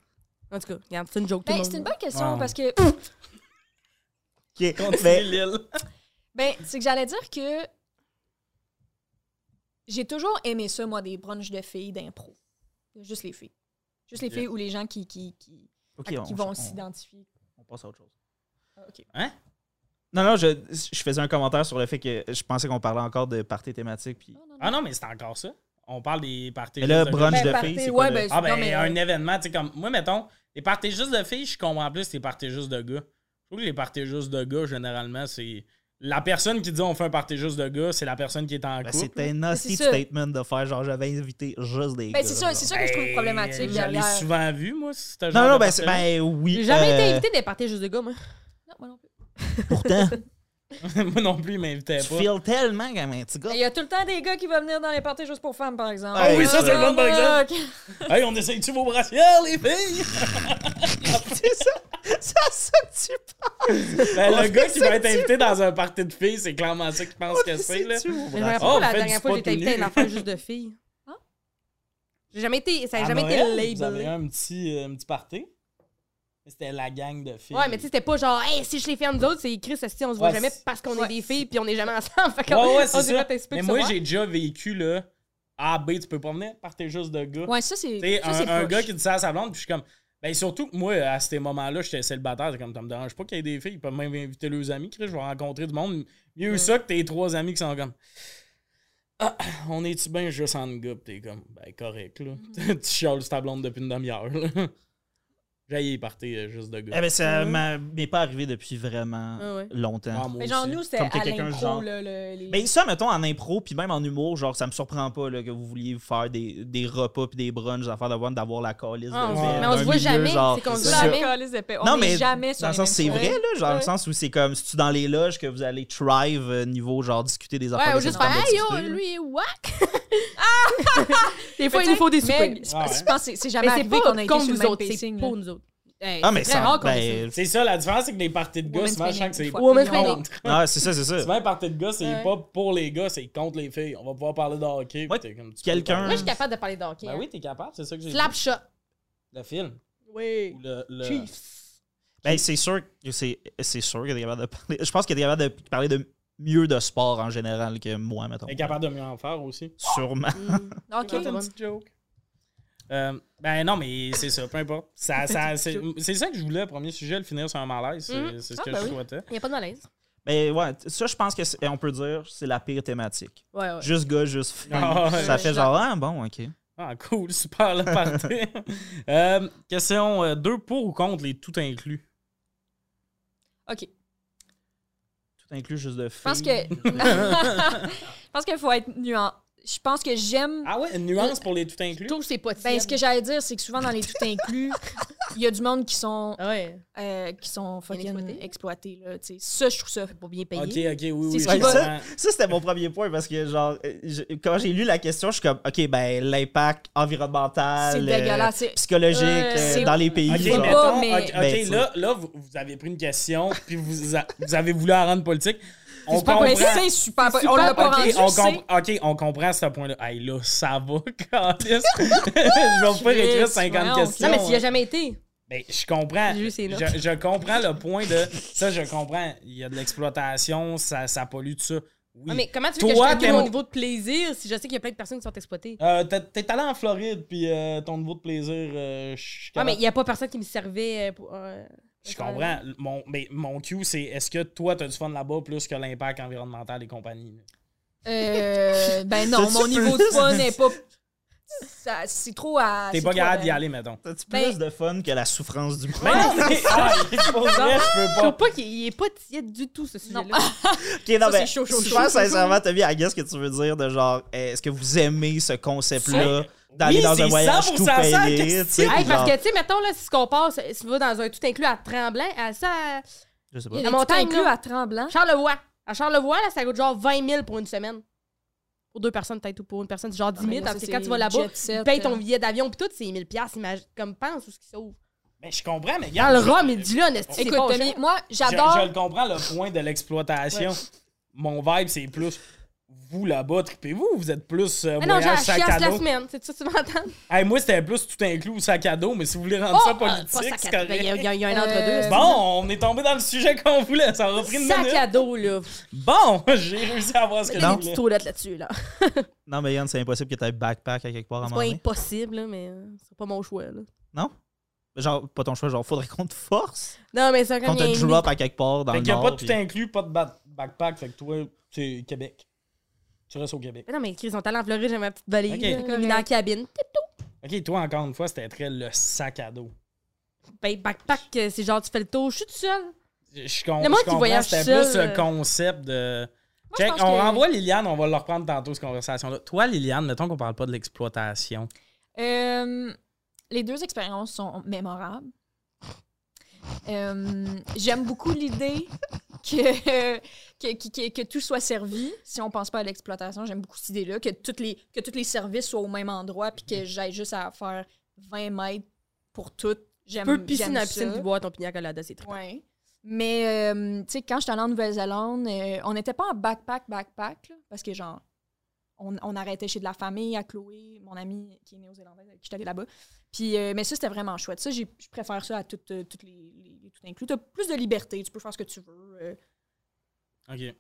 En tout cas, regarde, c'est une joke. tout Ben, le c'est une monde. bonne question Ouais. parce que. Ok, Continue, mais- Lille. Ben, c'est que j'allais dire que. J'ai toujours aimé ça, moi, des brunchs de filles d'impro. Juste les filles. Juste les Ok. filles ou les gens qui, qui, qui, Ok, à- on- qui vont on- s'identifier. On passe à autre chose. Ah, ok. Non, non, je, je faisais un commentaire sur le fait que je pensais qu'on parlait encore de parties thématiques. Puis... Non, non, non. Ah non, mais c'est encore ça. On parle des parties. Mais là, juste de brunch Ben, de party, filles, c'est quoi ouais, le- ben, Ah ben, non, mais, un euh, événement, tu sais, comme, moi, mettons, les parties juste de filles, je comprends plus les parties juste de gars. Je trouve que les parties juste de gars, généralement, c'est... La personne qui dit on fait un party juste de gars, c'est la personne qui est en Ben, couple. C'était un nasty C'est ça. statement de faire genre j'avais invité juste des Ben, gars, c'est ça, genre. c'est ça que je trouve Ben, problématique Je l'ai derrière. souvent vu, moi, si c'était Non, non, ben, c'est- ben oui. J'ai jamais été euh, invitée des parties juste de gars, moi. Non, moi non plus. Pourtant, Moi non plus, il m'invitait ben, tu Ben, pas. files tellement comme un petit gars. Ben, Il y a tout le temps des gars qui vont venir dans les parties juste pour femmes, par exemple. Ah oui, ça, c'est le fun, par Ah, ok. Hey, on essaye-tu vos brassières, les filles? Ben, c'est ça. C'est à ça que tu Ben, On le gars fait qui ça va être invité dans un party de filles, c'est clairement ça qu'il pense que c'est, là. penses. Mais je me rappelle Oh, pas la faites du dernière fois spot que j'étais invitée à une nu. affaire juste de filles. Hein? J'ai jamais été. Ça À a jamais été Ah, Noël, Vous avez eu labelé. un petit, euh, un petit party? C'était la gang de filles. Ouais, mais tu sais, c'était pas genre, hey, si je les fais à nous autres, c'est écrit, ça, si on se voit Ouais, jamais c'est- parce qu'on est ouais. des filles puis on est jamais ensemble. Fait qu'on Ouais, ouais, on c'est s'est ça. fait expliquer Mais ça, moi, ouais. j'ai déjà vécu le A, B, tu peux pas venir, partez juste de gars. Ouais, ça, c'est. Tu sais, ça, un, c'est un poche. gars qui dit ça à sa blonde, puis je suis comme. Ben, surtout que moi, à ces moments-là, j'étais célibataire, c'est comme, ça me dérange pas qu'il y ait des filles, ils peuvent même inviter leurs amis, Chris, je vais rencontrer du monde. Mieux ça que tes trois amis qui sont comme. Ah, on est-tu bien juste en gars, pis t'es comme, ben, correct, là. Mm-hmm. tu chiales sur ta blonde depuis une demi-heure, là. J'ai y partir euh, juste de gars. Eh ben, ça m'a- m'est pas arrivé depuis vraiment Ah ouais. Ah, longtemps. moi Mais genre, aussi. nous, c'était Comme que à quelqu'un, l'impro, genre- là. le- les- Mais Ben, ça, mettons, en impro, puis même en humour, genre, ça me surprend pas là, que vous vouliez vous faire des, des repas puis des brunchs, des affaires de bonne, d'avoir la calice Ah, de on- verre mais on d'un se voit milieu, jamais, genre, c'est qu'on se sur- voit jamais. Non, mais jamais sur dans le les sens, c'est mêmes vrai, soirées. là, genre, Ouais. le sens où c'est comme, si tu dans les loges que vous allez thrive euh, niveau, genre, discuter des affaires. Ouais, ou que juste vous êtes en faire, train de hey yo, discuter, là. lui, whack! Des fois, il nous Mais faut des tu sais, soupers. Meg, Ah ouais. Je pense que c'est- c'est jamais Mais c'est arrivé pas qu'on ait été contre sur le nous même autres, c'est pacing. là. pour nous autres. Hey, Ah, mais c'est très ça. rare qu'on ait Ben, C'est ça la différence, c'est que les parties de gars, Women's souvent, je sens training, que c'est une fois. Women's Non. training. Ah, c'est ça, c'est ça. Souvent, les parties de gars, c'est Ouais. pas pour les gars, c'est contre les filles. On va pouvoir parler de hockey. Ouais, puis t'es comme, tu peux quelqu'un- ça. parler. Moi, je suis capable de parler de hockey. Ben hein. oui, t'es capable, c'est ça que j'ai dit. Slap shot. Le film. Oui. Ou le. le- Chiefs. Ben, c'est sûr, que c'est c'est sûr qu'il est capable de parler. Je pense qu'il est capable de parler de mieux de sport en général que moi, mettons. T'es capable de mieux en faire aussi. Sûrement. Mm. Ok. C'est une petite joke. Euh, ben non, mais c'est ça, peu importe. Ça, ça, c'est c'est ça que je voulais, premier sujet, le finir sur un malaise. C'est Mhm. c'est ce Ah, que ben je oui. souhaitais. Il n'y a pas de malaise. Mais ouais, ça, je pense que c'est- on peut dire c'est la pire thématique. Ouais, ouais. Juste gars, juste fille. Ah, ouais. ça fait genre, ah bon, ok. Ah, cool, super le party. Euh, question 2 pour ou contre les tout inclus Ok. Tout inclus juste de Je filles. pense que. Je pense qu'il faut être nuant. Je pense que j'aime. Ah ouais, une nuance pour les tout inclus Je trouve que c'est pas tiède. Ben, ce que j'allais dire, c'est que souvent dans les tout inclus, il y a du monde qui sont, Ouais. euh, qui sont fucking Inexploités. exploités. Là, tu sais. ça, je trouve ça. Pas bien Ok, ok, payé. oui, oui. C'est ce je qui va- comprends. Ça, c'était mon premier point parce que, genre, euh, je- quand j'ai lu la question, je suis comme, OK, ben, l'impact environnemental, C'est euh, dégueulasse. c'est- psychologique Ouais, euh, c'est- dans les pays. Ok, Je genre. sais mettons, pas, mais- ok, ok, Ben, tu sais. là, là vous, vous avez pris une question, puis vous, a- vous avez voulu la rendre politique. On C'est pas comprend. vrai, c'est super. pas- On l'a pas Ok, rendu. on c'est- comp- ok, on comprend ce point-là. Hey, là, ça va, Carlis. je vais vous faire écrire Chris, 50 voyons, questions. Non, mais s'il a hein. jamais été. Ben, je comprends. J'ai eu ces notes. Je, je comprends le point de. Ça, je comprends. Il y a de l'exploitation, ça, ça pollue tout ça. Oui. Ah, mais comment tu veux Toi, que je te t'aimes- mon niveau de plaisir si je sais qu'il y a plein de personnes qui sont exploitées? Euh, t'es- T'es allé en Floride, puis euh, ton niveau de plaisir, euh, je suis Ouais, mais capable- il n'y a pas personne qui me servait euh, pour. euh, Je comprends. Mon, mais mon cue, c'est est-ce que toi, t'as du fun là-bas plus que l'impact environnemental et compagnie? là? Euh, ben non, T'as-tu mon niveau de plus? fun n'est pas. ça- C'est trop Ah, à. T'es c'est pas trop à- capable d'y aller, mettons. T'as-tu Ben- plus de fun que la souffrance du monde? Mais non, mais. Ah, pour vrai, je Je peux trouve pas. pas qu'il il est pas tiède du tout, ce Non. sujet-là. Ok, non, Ça, mais c'est chaud, chaud, je chaud, pense chaud, sincèrement, Tommy, I guess que tu veux dire de genre, eh, est-ce que vous aimez ce concept-là d'aller Oui, dans c'est un voyage 100% tout ça la payé? question. tu sais, Hey, puis parce genre- que, tu sais, mettons, là, si ce qu'on passe, si tu vas dans un tout inclus à Tremblant, à ça, Je sais pas. Il y La a des tout montagne, inclus là. à Tremblant. à Charlevoix. À Charlevoix, là, ça coûte genre 20 000 pour une semaine. Pour deux personnes, peut-être, ou pour une personne, c'est genre 10 000. Ah, Ça, parce que c'est quand tu vas là-bas, jet tu set, payes ton euh. billet d'avion, puis tout, c'est 1000 piastres, imagine- comme pense, ou ce qui s'ouvre. Mais je comprends, mais Dans regarde. le je- rhum, il dit là, n'est-ce que c'est Écoute, pas Tommy, cher? moi, je, j'adore. je le comprends, le point de l'exploitation. Mon vibe, c'est plus. Vous là-bas, tripez-vous, vous êtes plus euh, Mais Ah non, j'ai la voyage sac à chiasse la dos. semaine. C'est ça, tu m'entends? Hey, moi, c'était plus tout inclus ou sac à dos, mais si vous voulez rendre ça Oh, ah, politique, pas c'est sac à correct. dos. Ben, Il y a- il y, a- il y a un Euh, entre-deux. Bon, on est tombé dans le sujet qu'on voulait, ça a repris une Sac minute. à dos, là. Bon, j'ai réussi à avoir ce que je Des voulais. petites toilettes là-dessus, là. Non, mais Yann, c'est impossible que t'aies backpack à quelque part à un C'est moment pas donné. impossible, là, mais euh, c'est pas mon choix, là. Non? Genre, pas ton choix, genre, faudrait qu'on te force, Non, mais c'est qu'on quand il y a te une- drop à quelque part dans Fait le qu'il n'y a nord. pas de tout puis- inclus, pas de ba- backpack, fait que toi, c'est Québec. Tu restes au Québec. Mais non, mais Chris, on est allé en Floride, j'ai ma petite valise. Ok. là, Comme dans la cabine. Ok, toi, encore une fois, c'était très le sac à dos. Ben, backpack, euh, c'est genre, tu fais le tour, je suis toute seule. Je, je com- Le monde je qui comprends, voyage c'était seul, plus euh, le concept de. je Check, pense on que- renvoie Liliane, on va leur reprendre tantôt, cette conversation-là. Toi, Liliane, mettons qu'on parle pas de l'exploitation. Euh, les deux expériences sont mémorables. Euh, J'aime beaucoup l'idée que, que, que- que- que tout soit servi. Si on pense pas à l'exploitation, j'aime beaucoup cette idée-là, que, toutes les- que tous les services soient au même endroit puis que j'aille juste à faire 20 mètres pour tout. J'aime Peu de piscine j'aime à la piscine, ça. puis boire ton pina colada, c'est trop. Ouais. Mais, euh, tu sais, quand j'étais allée en Nouvelle-Zélande, euh, on n'était pas en backpack, backpack, là, parce que, genre, on, on arrêtait chez de la famille à Chloé, mon amie qui est néo-zélandaise, avec qui j'étais allée là-bas. Puis, euh, mais ça, c'était vraiment chouette. Ça, j'ai- je préfère ça à toutes euh, toutes les, les- les tout inclus. Tu as plus de liberté, tu peux faire ce que tu veux. euh, Ok.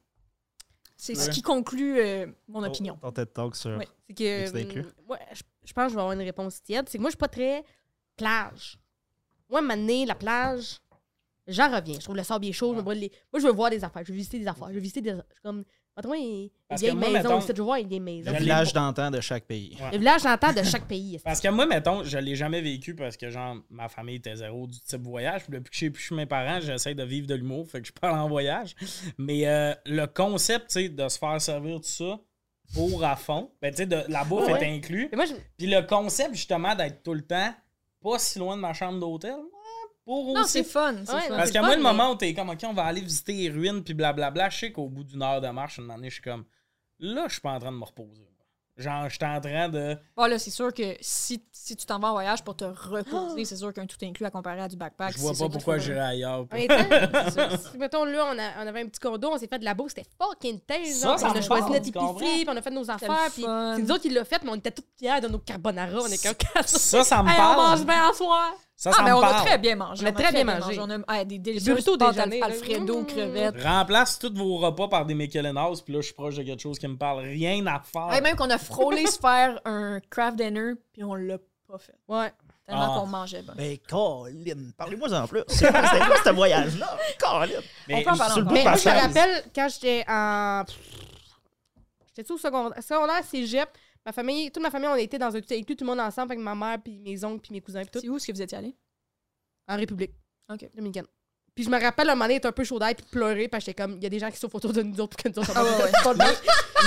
c'est Ouais. ce qui conclut euh, mon Oh, opinion. Ton TED Talk sur. Ouais. C'est que. Mixed inclus. euh, ouais, je, je pense que je vais avoir une réponse tiède. C'est que moi, je suis pas très plage. Moi, m'amener la plage, j'en reviens. Je trouve le sable bien chaud. je me brûle les- Moi, je veux voir des affaires. Je veux visiter des affaires. Je veux visiter des. je suis Comme. Attends, il y a Parce des que moi, maisons. mettons- ici, Je veux voir des maisons. Le J'allais- village d'antan de chaque pays. Ouais. Le village, j'entends de chaque pays. est-ce que- Parce que moi, mettons, je l'ai jamais vécu parce que, genre, ma famille était zéro du type voyage. Puis Depuis que j'ai plus chez mes parents, j'essaie de vivre de l'humour, fait que je parle en voyage. Mais euh, le concept, tu sais, de se faire servir tout ça pour à fond, ben, tu sais, de- la bouffe Ouais. est inclue. Mais moi, je- Puis le concept, justement, d'être tout le temps pas si loin de ma chambre d'hôtel, ouais, pour Non, aussi c'est fun. c'est Ouais, fun. non. parce c'est que moi, fun, le mais- moment où t'es comme, OK, on va aller visiter les ruines, puis blablabla, je sais qu'au bout d'une heure de marche, une année, je suis comme, là, je suis pas en train de me reposer. Genre, je suis en train de. Bon, là, c'est sûr que si, si tu t'en vas en voyage pour te reposer, c'est sûr qu'un tout inclus à comparer à du backpack. Je vois Ah, c'est ça pas qu'il pourquoi faut- hein. j'irai ailleurs. En même temps, si, mettons, là, on, a- on avait un petit condo, on s'est fait de la bouffe, c'était fucking intense. Ça, genre, ça on a me choisi parle, notre tu comprends? épicerie, puis on a fait nos C'était affaires, le puis fun. c'est nous autres qui l'a fait, mais on était toutes fiers de nos carbonara. On est comme, ça, Ça, ça me on mange parle. bien en soir. Ça, Ah, ça mais me on a parle. très bien mangé. On a très bien mangé. On a ah, des délicieux burritos déjeuner, là. Alfredo, Mmh. crevettes. Remplace tous vos repas par des Michelinos, puis là, je suis proche de quelque chose qui me parle. Rien à faire. Hey, même qu'on a frôlé se faire un craft dinner, puis on l'a pas fait. Ouais. Tellement Ah. qu'on mangeait bien. Ben, Colin, parlez-moi en plus. C'est quoi c'était quoi ce voyage-là? Colin! Mais on peut en parler sur le encore. bout Mais de ma moi, je me chaise. rappelle quand j'étais en. J'étais au secondaire, secondaire cégep. Ma famille, toute ma famille, on était dans un tout inclus, tout le monde ensemble, avec ma mère, puis mes oncles, puis mes cousins, puis tout, C'est où est-ce que vous étiez allé? en République OK. dominicaine. Puis je me rappelle, un moment donné, être un peu chaud d'air, puis pleurer, parce que j'étais comme, il y a des gens qui souffrent autour de nous autres, puis que nous autres, on Ah ouais, ouais. pas le même.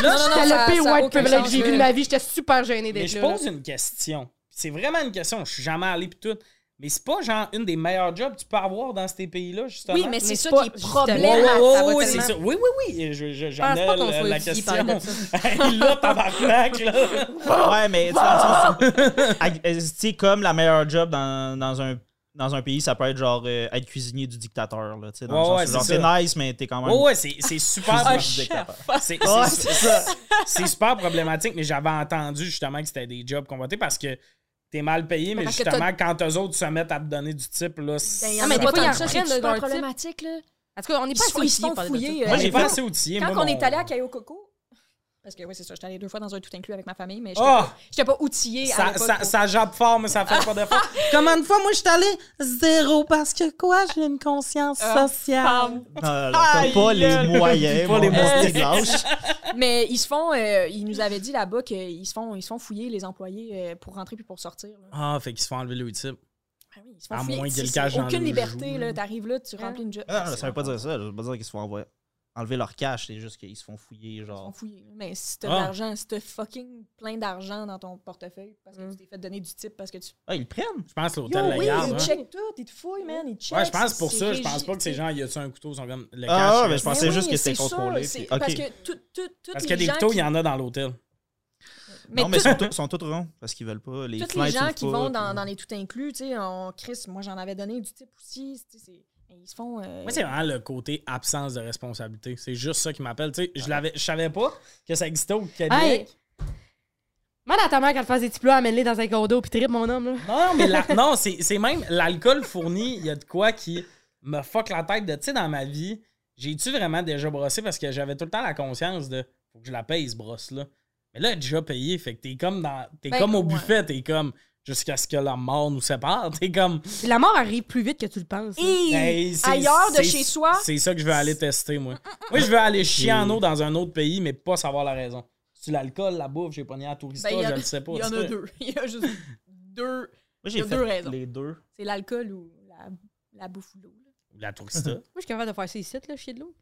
Là, C'était le pire white privilege que j'ai vu de ma vie. J'étais super gênée Mais d'être je là. pose une question. C'est vraiment une question. Je suis jamais allé pis tout. Mais c'est pas genre une des meilleures jobs que tu peux avoir dans ces pays-là, justement. Oui, mais c'est ça pas- qui est justement. Ouais, problématique. Vraiment, ouais, ça va ouais, c'est tellement- ça. Oui, oui, oui. Je- je- J'en pense ai pas qu'on la, soit la ici, question. parler de Hey, là, tabarnak, là. Ouais, mais tu sais, dans le sens- ag- euh, tu sais, comme la meilleure job dans, dans un dans un pays, ça peut être genre euh, être cuisinier du dictateur. Là, tu sais, dans Ouais, le sens, ouais, genre, c'est c'est ça. nice, mais t'es quand même Ouais, ouais, c'est c'est super. Oh, cuisinier pro- du dictateur. c'est- Ouais, c'est- c'est ça. C'est super problématique, mais j'avais entendu justement que c'était des jobs convoités parce que t'es mal payé, mais, Mais parce que Ben, justement, quand eux autres se mettent à te donner du type, là. c'est- mais mais des pas fois, tant ils que ça, en c'est prennent super d'un type. problématique, là. En tout cas, on n'est Ils pas se font- ils se font parler de ça. fouiller, euh, Moi, Ouais, j'ai quand- pas assez outillé. Quand moi, mon- on est allé à Cayo Coco, parce que oui, c'est ça, j'étais allée deux fois dans un tout inclus avec ma famille, mais j'étais Ah! pas- j'étais pas outillée à Ça, l'époque ça, pour- ça jappe fort, mais ça fait pas d'effort. Comment une fois, moi, je suis allée zéro parce que quoi? J'ai une conscience Ah, sociale. Pam. Non, non, T'as pas les moyens, Pas les mon moyens. petit lâche. Mais ils se font, euh, ils nous avaient dit là-bas qu'ils se font, ils se font fouiller les employés euh, pour rentrer puis pour sortir. là. Ah, fait qu'ils se font enlever le type. Ah oui, ils se font À fouiller. moins qu'il y ait le C'est- c'est cache dans Aucune le liberté, jour, là. là. T'arrives là, tu Hein? remplis une job. Non, non, Ah. ça veut pas dire ça. Ça veut pas dire qu'ils se font envoyer- enlever leur cash. C'est juste qu'ils se font fouiller, Ils se font genre. fouiller. Mais si t'as Ah. de l'argent, si t'as fucking plein d'argent dans ton portefeuille parce que Mm. tu t'es fait donner du type parce que tu. Ah, ils le prennent. Je pense que Yo, l'hôtel oui, le garde. ils hein. checkent tout, ils te fouillent, man, ils checkent. Ouais, je pense c'est- pour c'est ça, je pense régi, pas que ces tu sais. gens, y a-tu un couteau, ils sont comme le Ah, cash, ouais, mais je euh, pensais Mais juste que c'est c'était sûr, contrôlé, c'est- puis- ok. Parce que tout, tout, tout Parce les que des gens couteaux, il qui- y en a dans l'hôtel. Mais non, mais ils tout- sont, tous- sont tous ronds parce qu'ils veulent pas. Les tous les fenêtres gens s'ouvrent qui pas, vont puis- dans, dans les tout inclus, tu sais, en Chris, moi j'en avais donné du type aussi. tu sais, c'est- mais ils se font. euh, Moi, c'est vraiment le côté absence de responsabilité. C'est juste ça qui m'appelle. Tu sais, je l'avais, je savais pas que ça existait au euh, Québec. Hey! Mal à ta mère quand tu fais des petits plats, amène-les dans un condo, puis trip mon homme, là. Non, mais la- non, c'est c'est même l'alcool fourni, il y a de quoi qui me fuck la tête de, tu sais, dans ma vie, j'ai-tu vraiment déjà brossé parce que j'avais tout le temps la conscience de, faut que je la paye, ce brosse-là. Mais là, elle est déjà payé, fait que t'es comme dans, t'es Ben, comme au ouais. buffet, t'es comme, jusqu'à ce que la mort nous sépare, t'es comme, Puis la mort arrive plus vite que tu le penses. là. Hey, hey, Ben, c'est- ailleurs de c'est- chez soi. C'est ça que je veux aller tester, moi. Moi, je veux aller chier en eau dans un autre pays, mais pas savoir la raison. C'est l'alcool, la bouffe, j'ai pas ni à la tourista, Ben, il y en je a- le sais pas. Il y en tu a sais. deux. Il y a juste deux. Moi, Il j'ai y a fait deux raisons. les deux. C'est l'alcool ou la, la bouffe ou l'eau. là. La tourista. Moi, je suis capable de faire ça ici, là, chier de l'eau.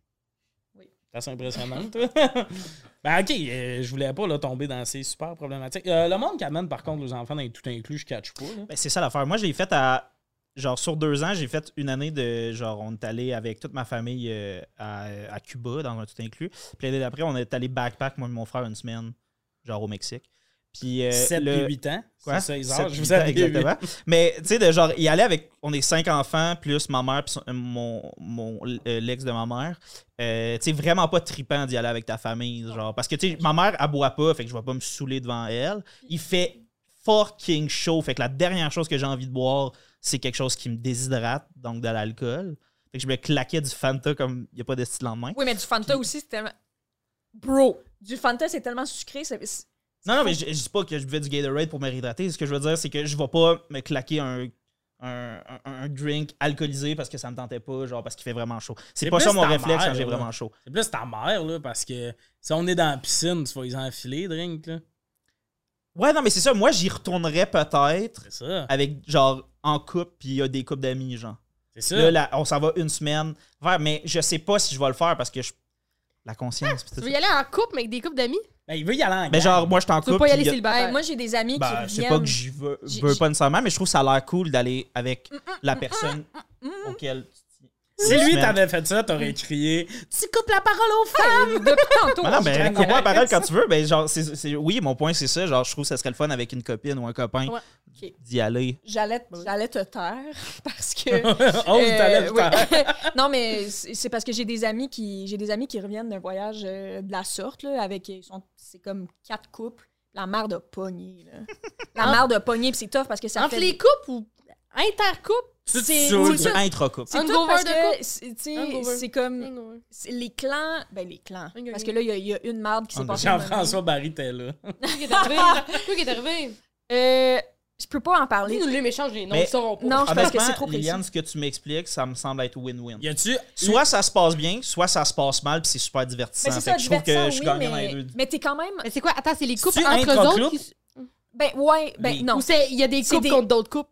T'as assez impressionnant, toi. ben, ok, euh, je voulais pas là, tomber dans ces super problématiques. Euh, le monde qui amène, par contre, les enfants dans les tout inclus, je catch pas. là. Ben, c'est ça l'affaire. Moi, j'ai fait à. Genre, sur deux ans, j'ai fait une année de. Genre, on est allé avec toute ma famille euh, à, à Cuba, dans un tout inclus. Puis l'année d'après, on est allé backpack, moi et mon frère, une semaine, genre au Mexique. Puis. euh, 7 le- et 8 ans. Quoi? C'est ça, les Hein? Sept, âges. Je huit vous ans, avais exactement. Mais tu sais, de genre, il allait avec. On est cinq enfants, plus ma mère, puis son- euh, mon, mon- euh, l'ex de ma mère. Euh, tu sais, vraiment pas tripant d'y aller avec ta famille. Genre, parce que tu sais, ma mère, elle boit pas, fait que je vais pas me saouler devant elle. Il fait fucking chaud. Fait que la dernière chose que j'ai envie de boire, c'est quelque chose qui me déshydrate, donc de l'alcool. Fait que je me claquais du Fanta comme il n'y a pas de style en main. Oui, mais du Fanta aussi, c'est tellement. Bro! Du Fanta, c'est tellement sucré. c'est- c'est- Non, non, mais je, je dis pas que je buvais du Gatorade pour me réhydrater. Ce que je veux dire, c'est que je vais pas me claquer un, un, un- un drink alcoolisé parce que ça me tentait pas, genre parce qu'il fait vraiment chaud. C'est C'est pas plus ça mon ta réflexe mère, quand j'ai là. vraiment chaud. C'est plus ta mère, là, parce que si on est dans la piscine, tu vas les enfiler, drink. là. Ouais, non, mais c'est ça. Moi, j'y retournerais peut-être C'est ça. avec, genre, en couple, puis il y a des couples d'amis, genre. C'est ça. Là, là, on s'en va une semaine vers, mais je sais pas si je vais le faire parce que je. La conscience, pis tout Tu ça. veux y aller en couple, mais avec des couples d'amis? Ben, il veut y aller en Mais gang. genre, moi, je suis en Tu veux couple. pas y puis aller il y a- célibataire? Ben, moi, j'ai des amis Ben, qui c'est reviennent. pas que j'y veux, J'ai- veux j'ai- pas nécessairement, mais je trouve que ça a l'air cool d'aller avec Mm, la personne auquel tu si lui semaine. t'avais fait ça, t'aurais crié. Tu coupes la parole aux femmes! Depuis tantôt. Ben non, je ben, traîne coupe-moi la avec parole ça. quand tu veux. Ben, genre, c'est- c'est- oui, mon point, c'est ça. Genre, je trouve que ça serait le fun avec une copine ou un copain Ouais, ok. d'y aller. J'allais j'allais te taire parce que. oh, t'allais Euh, tout oui. à l'heure. non, mais c'est c'est parce que j'ai des amis qui j'ai des amis qui reviennent d'un voyage euh, de la sorte là, avec ils sont- c'est comme quatre couples. La mère de pogné là. La mère de pogné, puis c'est tough parce que ça Ah. Entre fait les coupes ou intercouples? Tu te c'est- saoules. Du intra-couple. c'est tough Hangover parce de que couple. c'est- tu sais, Hangover. c'est comme Hangover. c'est les clans, ben les clans Hangover. parce que là il y a- il y, a une merde qui s'est Hangover. passée. dans ma vie. Jean-François Barry était là. Quoi qui est arrivé? Quoi qui est arrivé? Euh, je peux pas en Ils parler. nous le méchangent les noms, Mais- ils sauront pas. Non, je pense que Honnêtement, c'est trop précis. Liliane, ce que tu m'expliques, ça me semble être win-win. Y a-tu. Soit ça se passe bien, soit ça se passe mal, puis c'est super divertissant. Mais Ben, c'est Fait ça, que je trouve que divertissant, je suis oui, gagnant dans mais, les deux. mais t'es quand même Mais c'est quoi? Attends, c'est les couples C'est-tu entre eux autres? intra-couple? qui s- ben ouais, ben Oui. non. Ou c'est- il y a des C'est couples des- contre d'autres couples?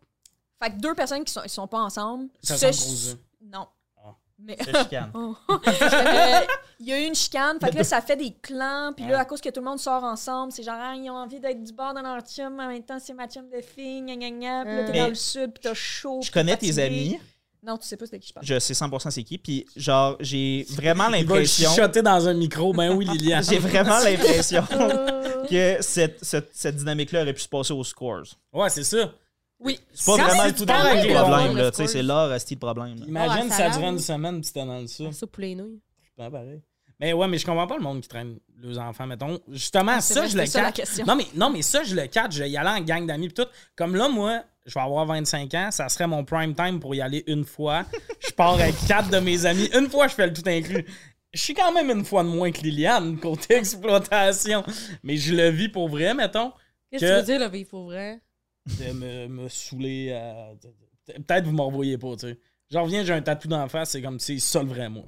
Fait que deux personnes qui sont, qui sont pas ensemble. Ça se- sent gros, hein. Non. Ah. Mais... Je chicane. Oh. Euh, Il y a eu une chicane, fait que là, ça fait des clans, puis là, à cause que tout le monde sort ensemble, c'est genre, ah, ils ont envie d'être du bord de leur chum, en même temps, c'est ma chum de fille, gna gna gna, puis là, t'es Mais dans le sud, puis t'as chaud. Je puis connais t'es tes fatigué. amis, Non, tu sais pas c'est de qui je parle. je sais 100% c'est qui, puis genre, j'ai vraiment Il va le l'impression. chuchoter dans un micro. Ben oui, Lilian. J'ai vraiment l'impression que cette, cette, cette dynamique-là aurait pu se passer aux scores. Ouais, c'est ça. Oui. C'est pas Quand vraiment même, le tout d'un quand même coup le le problème, bon, là. le Tu sais, score. c'est l'or, asti, le problème. là. Imagine Oh, Ouais, ça ça durait lave. une semaine puis c'était dans le sud. Ça, poulet nouilles. Ouais, pareil. Mais ouais, mais je comprends pas le monde qui traîne leurs enfants, mettons. Justement, Ah, c'est ça, vrai, je le c'est ça, la catch. question. Non mais, non, mais ça, je le catch. Je vais y aller en gang d'amis pis tout. Comme là, moi, je vais avoir 25 ans. Ça serait mon prime time pour y aller une fois. Je pars avec quatre de mes amis. Une fois, je fais le tout inclus. Je suis quand même une fois de moins que Liliane, côté exploitation. Mais je le vis pour vrai, mettons. Qu'est-ce Que- que tu veux dire, là, il faut vrai? de me, me saouler. euh, à- Peut-être vous m'en voyez pas, tu sais. J'en reviens, j'ai un tatou d'en face, c'est comme, c'est ça le vrai moi.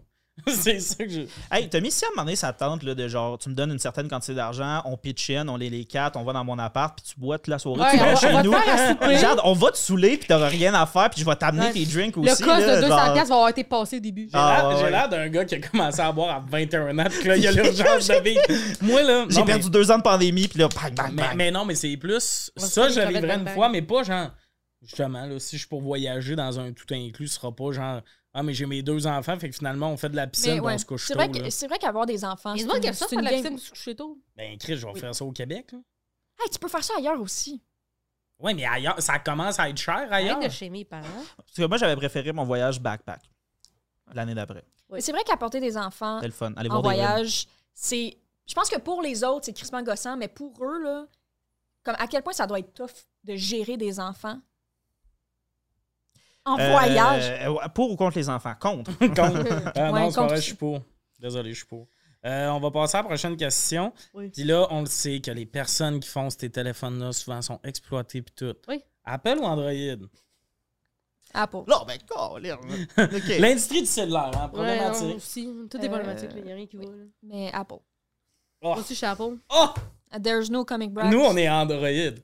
c'est ça que je. Hey, Tommy, si à un moment donné, ça te tente, là, de genre, tu me donnes une certaine quantité d'argent, on pitch in, on les les quatre, on va dans mon appart, puis tu bois toute la soirée, Ouais, tu on vas va- chez on va te nous. faire à souper. Genre, on va te saouler, puis t'auras rien à faire, puis je vais t'amener Ouais. tes drinks Le aussi. cost là, de 200$ genre. va avoir été passé au début. J'ai Ah, l'air- ouais, j'ai ouais. l'air d'un gars qui a commencé à boire à 21 ans, puis là, il y a l'urgence de vivre. Moi, là. J'ai non, mais- perdu deux ans de pandémie, puis là, bang, bang, Mais, bang. mais non, mais c'est plus. On va se Ça, faire une j'arriverai crevette une bang-bang. fois, mais pas genre. Justement, là, si je suis pour voyager dans un tout inclus, ce sera pas genre. Ah, mais j'ai mes deux enfants, fait que finalement, on fait de la piscine, Mais puis ouais, on se couche c'est tôt. vrai là. que- c'est vrai qu'avoir des enfants, Il y a c'est du monde qui une- aime ça, c'est faire une la game. piscine de se coucher tôt. Ben, Chris, je vais faire ça au Québec. là. Hey, tu peux faire ça ailleurs aussi. Ouais, mais ailleurs, ça commence à être cher ailleurs. Arrête de chez mes parents. Parce que moi, j'avais préféré mon voyage backpack l'année d'après. Ouais. Mais c'est vrai qu'apporter des enfants C'était le fun. Allez en voir des ruines. voyage, c'est. Je pense que pour les autres, c'est crispant gossant, mais pour eux, là, comme à quel point ça doit être tough de gérer des enfants en Euh, voyage. euh, Pour ou contre les enfants? Contre. Contre. Ah Ouais, non, c'est pas contre vrai, aussi. je suis pour. Désolé, je suis pour. Euh, on va passer à la prochaine question. Oui. Puis là, on le sait que les personnes qui font ces téléphones-là souvent sont exploitées puis tout. Oui. Apple ou Android? Ah, pour. Non, ben, colère. OK. L'industrie du cellulaire, hein, Ouais, non, problématique. aussi. Tout est Euh, problématique, il n'y a rien qui va. là. Mais Apple. Oh. Moi aussi, chapeau. Oh! There's no comic brand. Ah! Nous, on est Android.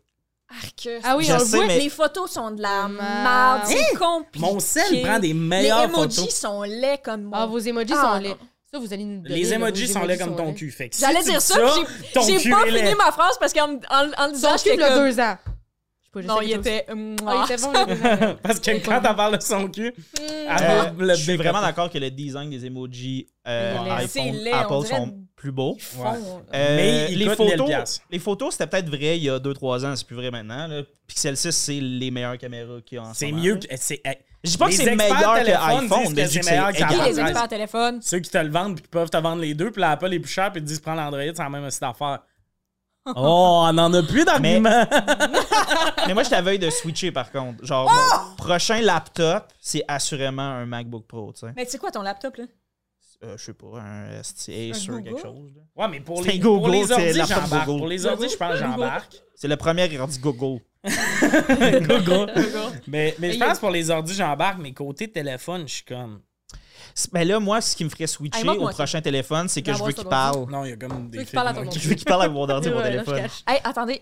Arc. Ah oui, Je on le sais, voit. mais- Les photos sont de la Hmm. Ma- merde. C'est compliqué. Hein? Mon cell prend des Les meilleures emojis photos. sont laids comme moi. Ah, vos emojis Ah, sont non. laids. Ça, vous allez nous le donner, Les là, vos emojis sont là comme ton laids. cul. Fait que si J'allais tu dire dis ça, puis ton j'ai cul j'ai pas est laid. fini ma phrase parce qu'en en, en le disant, Son cul, j'étais il a comme... deux ans. Je sais pas, je Non, sais il quelque chose. était... hmm, Ah, il était bon, il était bon. là. Parce que quand elle parle de son cul, elle Euh, parle le je suis big vraiment d'accord que le design des emojis euh, Il est laid. iPhone, C'est laid, on Apple dirait- sont plus beaux. fond. Euh, Mais il les coûte photos, 1000$. les photos c'était peut-être vrai il y a 2-3 ans, c'est plus vrai maintenant. là. Pixel 6, c'est les meilleures caméras qu'il y a en ce C'est moment. mieux que. c'est- eh, Je dis pas que Les c'est experts meilleur que téléphones disent iPhone, que mais je c'est dis que meilleur c'est que Qui Apple. égal. les Ah, experts à téléphone? Ceux qui te le vendent puis qui peuvent te vendre les deux, puis la Apple est plus chère, puis te disent prends l'Android, c'est la même petite affaire. Oh, on en a plus d'arguments. Mais moi, je t'avais de switcher par contre. Genre, Oh! mon prochain laptop, c'est assurément un MacBook Pro, tu sais. Mais c'est quoi ton laptop, là? Euh, je sais pas, un ST sur Google? quelque chose. là. Ouais, mais pour C'est les, Google, pour les c'est ordi, la j'embarque. Google. Pour les ordi, je pense que j'embarque. C'est le premier ordi Google. Google. mais mais je pense pour les ordi, j'embarque, mais côté téléphone, je suis comme. C'est- Ben là, moi, ce qui me ferait switcher Hey, moi, au moi, prochain téléphone, c'est que je D'avoir veux son qu'il ordi. parle. Non, il y a comme des. veux qu'il parle à films, ton là, nom. Je veux qu'il parle avec mon ordi Ouais, mon ouais, là, je téléphone. cache. Hey, attendez.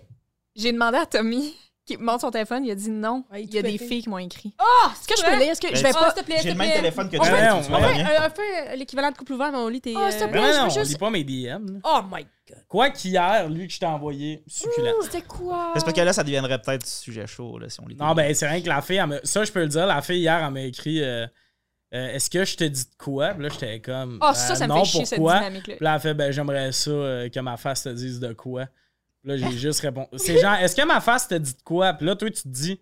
J'ai demandé à Tommy qui montre son téléphone, il a dit non. Ouais, il est il y a tout des pété. filles qui m'ont écrit. Ah, Est-ce que je peux lire? Est-ce que je Ben, vais Oh, pas. s'il te plaît, s'il J'ai te le même plaît. téléphone que On toi, fait- tu on vois On Ouais. fait, bien. euh, on fait l'équivalent de coupe ouvert, mais on lit tes. Oh, s'il te euh, Mais plaît. non, Ouais, Ben je non, veux on juste- lit pas mes DM. là. Oh my god. Quoi qu'hier, lui que je t'ai envoyé, succulent. C'était quoi? C'est parce que là, ça deviendrait peut-être sujet chaud là, si on lit. Non, ben c'est rien que la fille, elle me- ça je peux le dire, la fille hier, elle m'a écrit euh, euh, Est-ce que je te dis de quoi? Puis là, j'étais comme Oh, ça, Euh, ça me non, fait chier, cette pourquoi? dynamique-là. Puis là, elle fait, ben, j'aimerais ça euh, que ma face te dise de quoi. Puis là, j'ai juste répondu. C'est genre, est-ce que ma face te dit de quoi? Puis là, toi, tu te dis,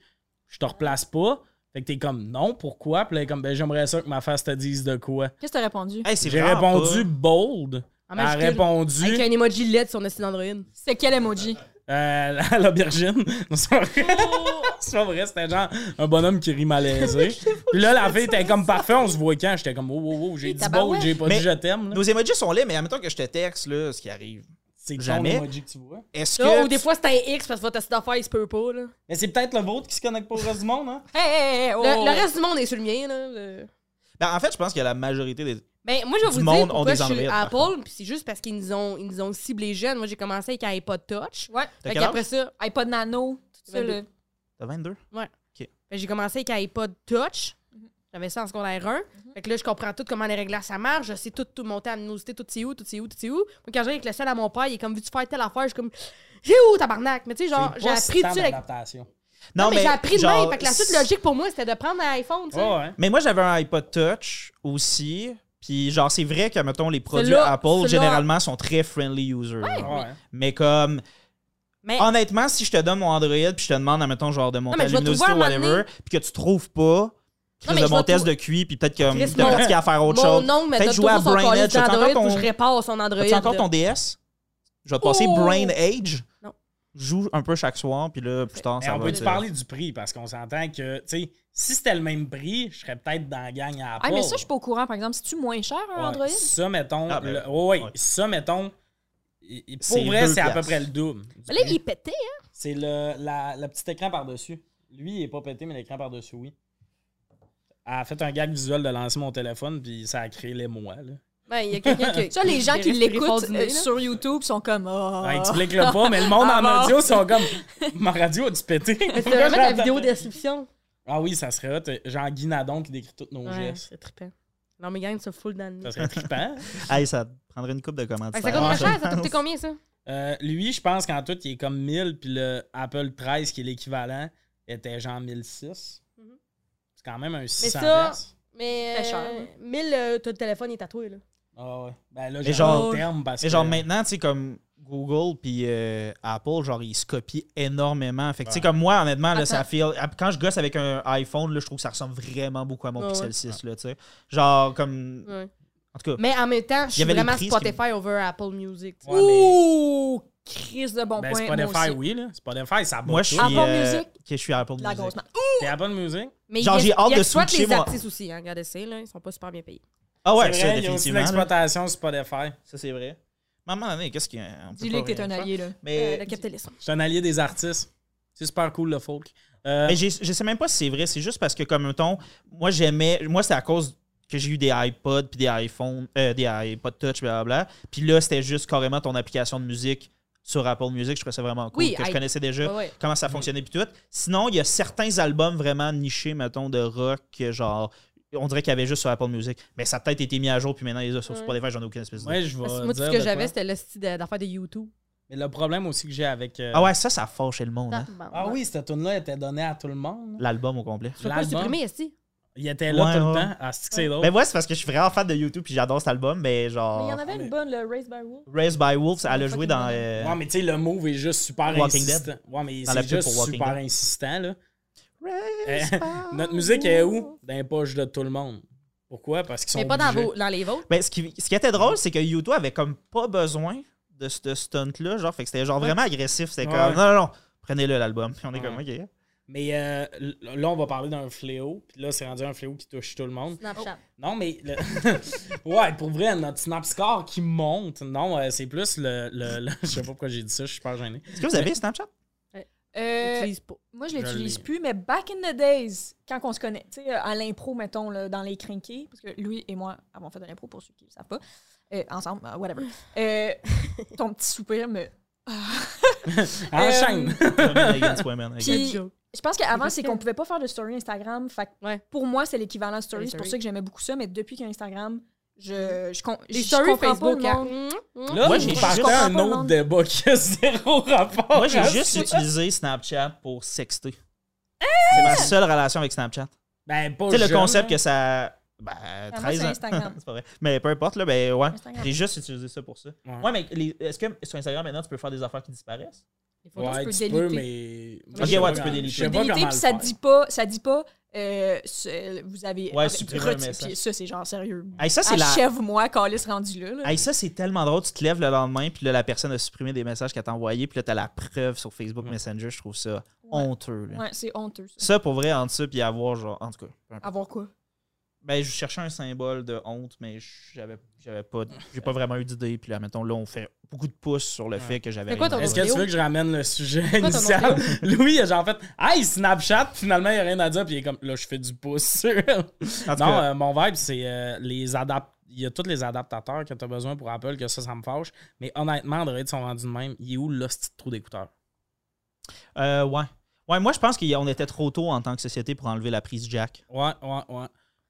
je te replace pas. Fait que t'es comme, non, pourquoi? Puis là, elle est comme, ben, j'aimerais ça que ma face te dise de quoi. Qu'est-ce que t'as répondu? Hey, c'est J'ai vraiment répondu pas- bold. En Elle a majuscule. répondu Avec un emoji LED sur notre Android. C'est quel emoji? euh, à l'aubergine. Non, c'est pas vrai. C'est pas vrai, c'était genre un bonhomme qui rit malaisé. Puis là, la fille était comme parfait, on se voit quand? J'étais comme, oh, oh, oh, j'ai Hey, dit tabarouette. bold, j'ai pas Mais- dit je t'aime. là. Nos emojis sont là, mais admettons que je te texte, là, ce qui arrive. C'est ton jamais. emoji que tu vois. Est-ce Là, que. ou des fois, c'est un X parce que votre site d'affaires, il se peut pas. Là. Mais c'est peut-être le vôtre qui se connecte pas au reste du monde, hein? Hey, hey, hey, oh. Le, le reste du monde est sur le mien. Là. Euh, Le- Ben, en fait, je pense que la majorité des. Mais Ben, moi, je vais Du vous monde ont dire pourquoi des je suis Android, par Apple, puis c'est juste parce qu'ils nous ont, ils nous ont ciblé jeunes. Moi, j'ai commencé avec un iPod Touch. Ouais. T'as Fait quel qu'après âge? ça, iPod Nano, tout ça, Vingt-deux. là. T'as 22? ben, j'ai commencé avec iPod Touch. J'avais ça en secondaire 1. Fait que là, je comprends tout comment les réglages ça marche. Je sais tout, tout mon temps, animosité, tout c'est où, tout c'est où, tout c'est où. Moi, quand j'ai avec le sel à mon père, il est comme, veux-tu faire telle affaire? Je suis comme, j'ai où, tabarnak? Mais tu sais, genre, C'est j'ai pas si appris tant dessus. avec- d'adaptation. Non, mais, j'ai appris de genre, même. Fait que la suite logique pour moi, c'était de prendre un iPhone, tu sais. Ah ouais. Mais moi, j'avais un iPod Touch aussi. Puis, genre, c'est vrai que, mettons, les produits Celui-là- Apple, celui-là- généralement, sont très friendly users. Ah genre. ouais. Mais comme, Mais honnêtement, si je te donne mon Android, puis je te demande, mettons, genre, de monter mais la je vais luminosité ou trouver un moment whatever, puis que tu trouves pas, Non, Chris, mais de je mon vais test trou- de QI, puis peut-être que Chris, t'es mon- fatigué à faire autre mon chose. nom me donne Peut-être jouer à toujours son Brain colis Edge. T'as d'Android encore où je ton, répare son Android. as encore là. ton DS? Je vais te passer Oh! Brain Age. Non. Joue un peu chaque soir, puis là, plus tard, Mais ça on va. peut-tu être- parler du prix? Parce qu'on s'entend que, tu sais, si c'était le même prix, je serais peut-être dans la gang à Apple. Ah, mais ça, je suis pas au courant. Par exemple, c'est-tu moins cher un Ouais, Android? Ça, mettons. Ah, ben, le- oh, oui, ouais. ça, mettons. i- i- Pour C'est vrai, deux c'est à peu piastres. près le double. Mais Là, il est pété, hein? C'est le, la, le petit écran par-dessus. Lui, il est pas pété, mais l'écran par-dessus, oui. Elle a fait un gag visuel de lancer mon téléphone, puis ça a créé l'émoi. Là. Ben, il y a quelqu'un qui. Ça, les gens qui reste l'écoutent préfondé, euh, là. sur YouTube sont comme. Ah. Ben, Explique-le pas, mais le monde Ah, en bon. audio sont comme Ma radio a-tu pété? Tu devrais mettre la vidéo description. Ah oui, ça serait hot. Jean-Guy Nadon qui décrit tous nos Ouais, gestes. c'est trippant. Non, mais gang, ça fout dans le nez. Ça serait trippant. euh, Hey, ça prendrait une coupe de commandes. hein. Fait que Ben, ça coûte moins cher, ça t'a coûté combien, ça? Euh, lui, je pense qu'en tout, il est comme 1000, puis le Apple 13, qui est l'équivalent, était genre 1006. Mhm. C'est quand même un 600 ça- piastres. Mais. Très cher, euh, hein. 1000, euh, t'as le téléphone, il est tatoué, là. Ah ouais. Ben là, Mais j'ai genre- genre terme parce Mais que... genre maintenant, tu sais, comme Google puis euh, Apple, genre, ils se copient énormément. Fait que, tu sais, Ouais. comme moi, honnêtement, là, ça feel. Quand je gosse avec un iPhone, là, je trouve que ça ressemble vraiment beaucoup à mon Ouais, Pixel ouais. 6, là, tu sais. Genre, comme. Ouais. En tout cas, Mais en même temps, je Il y suis avait les vraiment prises Spotify over Apple Music. tu sais. Ouais, mais- Ouh! Crise de bon ben, point. moi Spotify, aussi. oui, là. Spotify, ça bat moi, je suis. tout. Apple euh, Music. que je suis Apple La Music. grosse marque. T'es Apple Music? Mais Genre, il y a- j'ai hâte il y a de soit switcher, les moi. artistes aussi, hein, regardez ça, là, ils sont pas super bien payés. Ah ouais, C'est vrai, ça, il y a aussi définitivement. là. l'exploitation Spotify. Ça, c'est vrai. Maman, mais qu'est-ce qu'il y a On peut Dis-lui pas que t'es rien un faire. allié, là. Euh, Mais. le capitalisme. Je suis un allié des artistes. C'est super cool, le folk. Euh, Mais Ben, j'ai- je sais même pas si c'est vrai, c'est juste parce que comme mettons, moi j'aimais moi c'est à cause que j'ai eu des iPods puis des iPhones, euh, des iPod Touch blablabla. Puis là, c'était juste carrément ton application de musique sur Apple Music, je trouvais ça vraiment cool Oui, que je I- connaissais déjà Ouais, ouais. comment ça fonctionnait puis tout. Sinon, il y a certains albums vraiment nichés mettons de rock que genre on dirait qu'il y avait juste sur Apple Music, mais ça a peut-être été mis à jour puis maintenant il y a sur Ouais. Spotify, j'en ai aucune espèce de. ouais, je vais Parce que Moi, tout dire ce de que j'avais, quoi. c'était le style de- d'affaires de YouTube. Mais le problème aussi que j'ai avec... euh, Ah ouais, ça ça fâche le monde hein, Ah oui, cette tune là était donnée à tout le monde. l'album au complet. Tu peux pas le L'album. supprimer ici. Il était là Ouais, tout le ouais. temps. Ah, c'est que c'est drôle. Mais Ben, moi, c'est parce que je suis vraiment fan de YouTube puis j'adore cet album, mais genre Mais il y en Ah, avait une bonne, le Race by Wolf. Raised by Wolves, elle a Ouais, joué fucking dans. bon. euh, Ouais, mais tu sais, le move est juste super Walking insistant. Ouais, mais Dans la c'est pub juste pour Walking super Dead. insistant, là. euh, Raised Eh, by Notre musique est où? Wolves. Dans les poches de tout le monde. Pourquoi? Parce qu'ils sont Mais pas dans, obligés. vos, dans les vôtres. Ben, ce, qui, ce qui était drôle, c'est que YouTube avait comme pas besoin de ce stunt-là. Genre, fait que c'était genre vraiment agressif. C'était Ouais. comme non, non, non, prenez-le l'album. Puis on est Ouais. comme ok. Mais euh, l- là, on va parler d'un fléau. Puis là, c'est rendu un fléau qui touche tout le monde. Snapchat. Non, mais... le- ouais, pour vrai, notre snap score qui monte. Non, euh, c'est plus le, le- le- Je sais pas pourquoi j'ai dit ça, je suis super gêné. Est-ce que vous avez Snapchat? Euh, Utilise pas. moi, je Je l'utilise l'ai. plus, mais back in the days, quand on se connaît, tu sais, à l'impro, mettons, là, dans les crinqués, parce que lui et moi avons fait de l'impro, pour ceux qui ne le savent pas, euh, ensemble, euh, whatever. Euh, ton petit soupir me Enchaîne! Women against women, against- Puis, Joe. je pense qu'avant, Parce c'est que- qu'on pouvait pas faire de story Instagram. Fait que Ouais. Pour moi, c'est l'équivalent de story. Les C'est pour stories. Mhm. ça que j'aimais beaucoup ça. Mais depuis qu'il y a Instagram, je, je, con- Les je stories comprends pas Facebook, le monde. hein. Mmh, mmh. Là, Moi, vous j'ai partez juste- à Je un comprends pas le autre monde. débat qui a zéro rapport. Moi, j'ai à juste ça. utilisé Snapchat pour sexter. C'est ma seule relation avec Snapchat. Ben, pas Tu sais, le Hein? jeune, concept hein. que ça. Ben, moi, 13 c'est ans. Instagram. c'est pas vrai. Mais peu importe, là, ben hein. ouais. Instagram. J'ai juste utilisé ça pour ça. Ouais. Ouais, mais les- est-ce que sur Instagram, maintenant, tu peux faire des affaires qui disparaissent? Les photos, Ouais, tu tu peux peux, déliter. mais. Ok, Je sais ouais, pas tu peux comment- déliter. Je sais pas Déliter, comment puis ça le dit pas, ça dit pas, euh, ce- vous avez. Ouais, euh, supprimer reti- un message. puis ça, c'est genre sérieux. Hey, ça, c'est Ah, la. Achève-moi, Calis rendu là. là. Hey, ça, c'est tellement drôle. Tu te lèves le lendemain, puis là, la personne a supprimé des messages qu'elle t'a envoyés, puis là, t'as la preuve sur Facebook Messenger. Je trouve ça honteux. là. Ouais, c'est honteux. Ça. Ça, pour vrai, entre ça, puis avoir, genre, en tout cas. peu importe. Avoir quoi? Ben, je cherchais un symbole de honte, mais j'avais j'avais pas, j'ai pas vraiment eu d'idée. Puis là, mettons, là, on fait beaucoup de pouces sur le fait que j'avais. C'est quoi rien ton Est-ce envoyé. que vidéo. tu veux que je ramène le sujet ton initial? Louis, il a genre fait Hey, Snapchat, finalement, il n'y a rien à dire, puis il est comme Là, je fais du pouce sur elle. En tout Non, cas, euh, mon vibe, c'est euh, les adap- Il y a tous les adaptateurs que tu as besoin pour Apple, que ça, ça me fâche. Mais honnêtement, Android sont rendus de même. Il est où le petit trou d'écouteur? euh, ouais. Ouais, moi, je pense qu'on était trop tôt en tant que société pour enlever la prise jack. Ouais, ouais, ouais.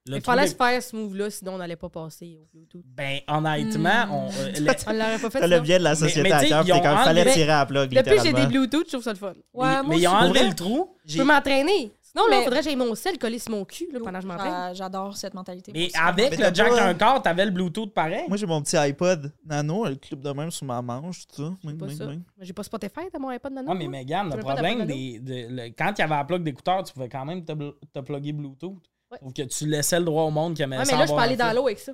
Le Il trou fallait des- se faire ce move-là, sinon on n'allait pas passer au Bluetooth. Ben, honnêtement, Hmm. on, euh, le- On l'aurait pas fait. T'as le sinon. biais de la mais société tu sais, à cœur, ils puis t'es ont comme, fallait enlevé- tirer à la plug, Depuis que j'ai des littéralement. Bluetooth, je trouve ça le fun. Ouais, mais moi, ils ont aussi, enlevé pour le trou. Je J'ai- peux m'entraîner. Sinon, là, Mais- Ah. faudrait que j'aille mon sel coller sur mon cul là, pendant que je vrai, m'entraîne. j'a- J'adore cette mentalité. moi Mais aussi. avec Mais le t'as jack pas- un corps, t'avais le Bluetooth pareil. Moi, j'ai mon petit iPod nano, le clip de même sur ma manche, tout ça. J'ai Ming, pas ming, ça. ming. Mais J'ai pas Spotify dans mon iPod maintenant. Ouais, mais Megan, le Tu veux pas problème, d'appeler des, de- le- quand il y avait la plug d'écouteur, tu pouvais quand même te, bl- te plugger Bluetooth. Ouais. Sauf que tu laissais le droit au monde qui aimait Ouais, ça Ah, mais là, je avoir un peux aller dans fil. l'eau avec ça.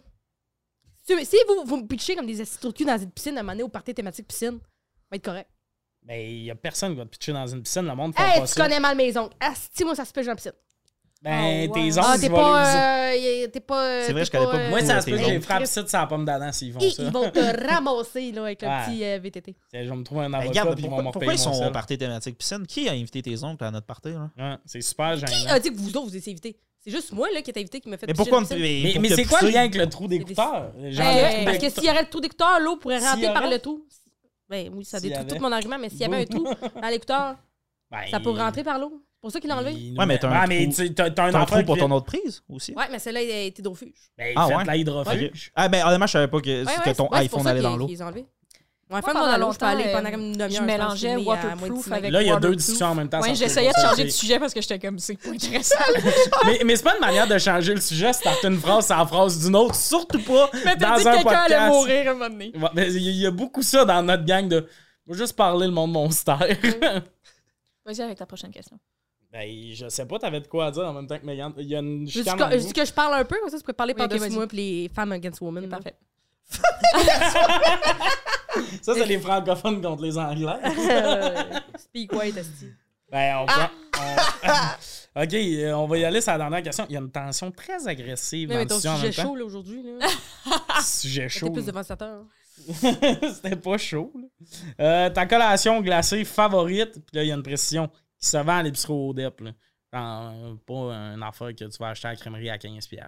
Si, si vous, vous me pitchez comme des assis de cul dans une piscine à un moment donné au party thématique piscine, ça va être correct. Ben, il y a personne qui va te pitcher dans une piscine. Le monde fait Hey, pas tu ça. connais mal mes ongles. Asti, moi, ça se pêche dans la piscine. Ben, Oh, tes oncles, wow. Ah, ils t'es vont les user. pas. euh, y- T'es pas. euh, C'est vrai, t'es je connais pas Moi, beaucoup, euh, ça Ouais, se tes peut que je les oncles. frappe ici de sa pomme d'Adam s'ils font Hey, ça. Ils vont te ramasser là, avec le Ouais. petit euh, VTT. Je vais me trouver un Hey, avocat Regarde, puis ils vont me pourquoi, repayer pourquoi ils mon sont sel. au party thématique piscine? Qui a invité tes oncles à notre party? Là? Ouais, C'est super Qui gênant. a dit que vous autres, vous étiez invités? C'est juste moi là, qui est invité qui m'a fait Mais pitcher pourquoi... dans la piscine. mais- Mais, pour mais te c'est quoi le pousser? lien avec le trou d'écouteur? Genre, Ben, le ouais, trou parce que d'écouteur- s'il y aurait le trou d'écouteur, l'eau pourrait S'il rentrer y par aurait- le trou. Ben oui, ça S'il y détruit avait- tout mon argument, mais s'il y avait un trou dans l'écouteur, Ben, ça peut rentrer par l'eau. C'est pour ça qu'il l'a enlevé. il- Ouais, mais t'as un Ah, mais trou- tu- t'as t'as un T'en enfant trouves qui pour vit- ton autre prise aussi? Ouais, mais celle-là, elle était d'offuse. Ben, Ah, faites ouais. la hydrofuge. Ah, ben honnêtement, je savais pas que, Ouais, que ouais, ton ouais, c'est pour iPhone ça allait qu'il- dans l'eau. qu'ils ont enlevé. Ouais, pendant fais-moi dans l'eau, je suis longtemps, allée euh, pendant comme une demi-heure. je pense, mélangeais j'ai mis à waterproof moins de dix avec- minutes. Là, il y a deux Waterproof. discussions en même temps. Ouais, ça j'essayais de serait- changer de sujet parce que j'étais comme, c'est pas intéressant. Mais, mais c'est pas une manière de changer le sujet, c'est t'as une phrase à la phrase d'une autre, surtout pas Mais t'as dans dit que un quelqu'un allait podcast. mourir à un moment donné. Ouais, mais Il y, il y a beaucoup ça dans notre gang de. Moi, juste parler le monde monstère. Vas-y avec ta prochaine question. ben, je sais pas, t'avais de quoi à dire en même temps que Megan. Il y a une Je dis chicane. que, je dis que je parle un peu, comme ça, tu peux parler Oui, par ok, vas-y. moi et les femmes against women. là. Parfait. Ça, c'est les francophones contre les anglais. Euh, Speak white, asti. Ben, on on- OK, euh, on va y aller, c'est la dernière question. Il y a une tension très agressive Mais dans mais le ton sujet en sujet même temps. chaud, là, aujourd'hui, là. Sujet T'es chaud. plus là. devanceur. C'était pas chaud. là. Euh, ta collation glacée favorite, puis là, il y a une précision qui se vend à l'épicerie au DEP. là. Dans, euh, pas un affaire que tu vas acheter à la crèmerie à 15$. là.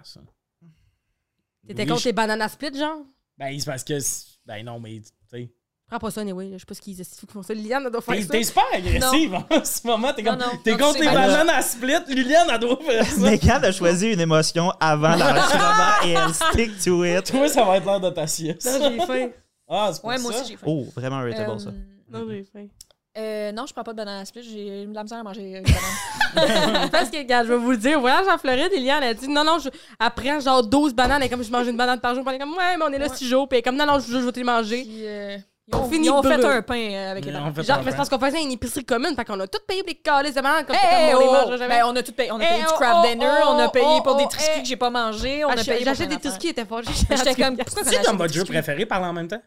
T'étais Oui, contre je- les bananas split, genre? Ben, c'est parce que. c'est- Ben, non, mais. tu sais. Prends pas ça, anyway. là. Je sais pas ce qu'ils esti- fous qui font ça. Liliane, elle doit faire T'es ça. t'es super agressive hein, en ce moment. T'es comme. Non, non, T'es non, contre c'est les pas- bananes à split. Liliane, elle doit faire ça. Megan a choisi une émotion avant l'enregistrement et elle stick to it. Toi, ça va être l'heure de ta sieste. Non, j'ai faim. Ah, c'est pour Ouais, ça. moi aussi j'ai Euh, faim. Oh, vraiment rateable Euh, ça. Non, j'ai faim. Euh, non, je prends pas de banane split, j'ai de la misère à manger euh, une banane. Parce que, regarde, je vais vous le dire, au voyage en Floride, Liliane, elle a dit non, non, je... elle prend genre 12 bananes, et comme je mange une banane par jour, Puis elle est comme ouais, mais on est là Ouais. 6 jours, puis elle est comme non, non, je, je vais te les manger. Puis, euh, ils On ont, finit ils ont fait brûlant. un pain euh, avec les Non, bananes. on fait Genre, pas mais c'est ça. parce qu'on faisait une épicerie commune, fait qu'on a toutes payé pour les calices de bananes, comme, Hey, comme on les oh, mangera jamais. ben, on a tout payé. On a Hey, payé du oh, craft oh, dinner, on a oh, payé oh, pour des oh, biscuits hey. que j'ai pas mangé, on Ah, a payé pour J'achète plein des d'affaires. tuskis, était fort. J'étais comme, pourquoi qu'on C'est achète comme votre des jeu biscuits? préféré parler en même temps?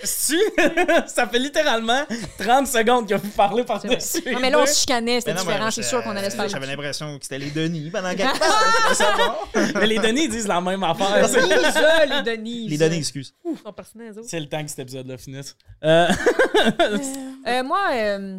Si ça fait littéralement 30 secondes que vous parlez par-dessus. Ben Non, mais là, on se chicanait, c'était Mais non, différent. mais C'est je- sûr qu'on allait se euh, parler. J'avais l'impression que c'était les Denis pendant quelque temps. Mais les Denis ils disent la même affaire. C'est- ça, les Denis. Les Denis, excuse. Son personnage, eux autres. C'est le temps que cet épisode-là finisse. Euh, Euh, moi, euh,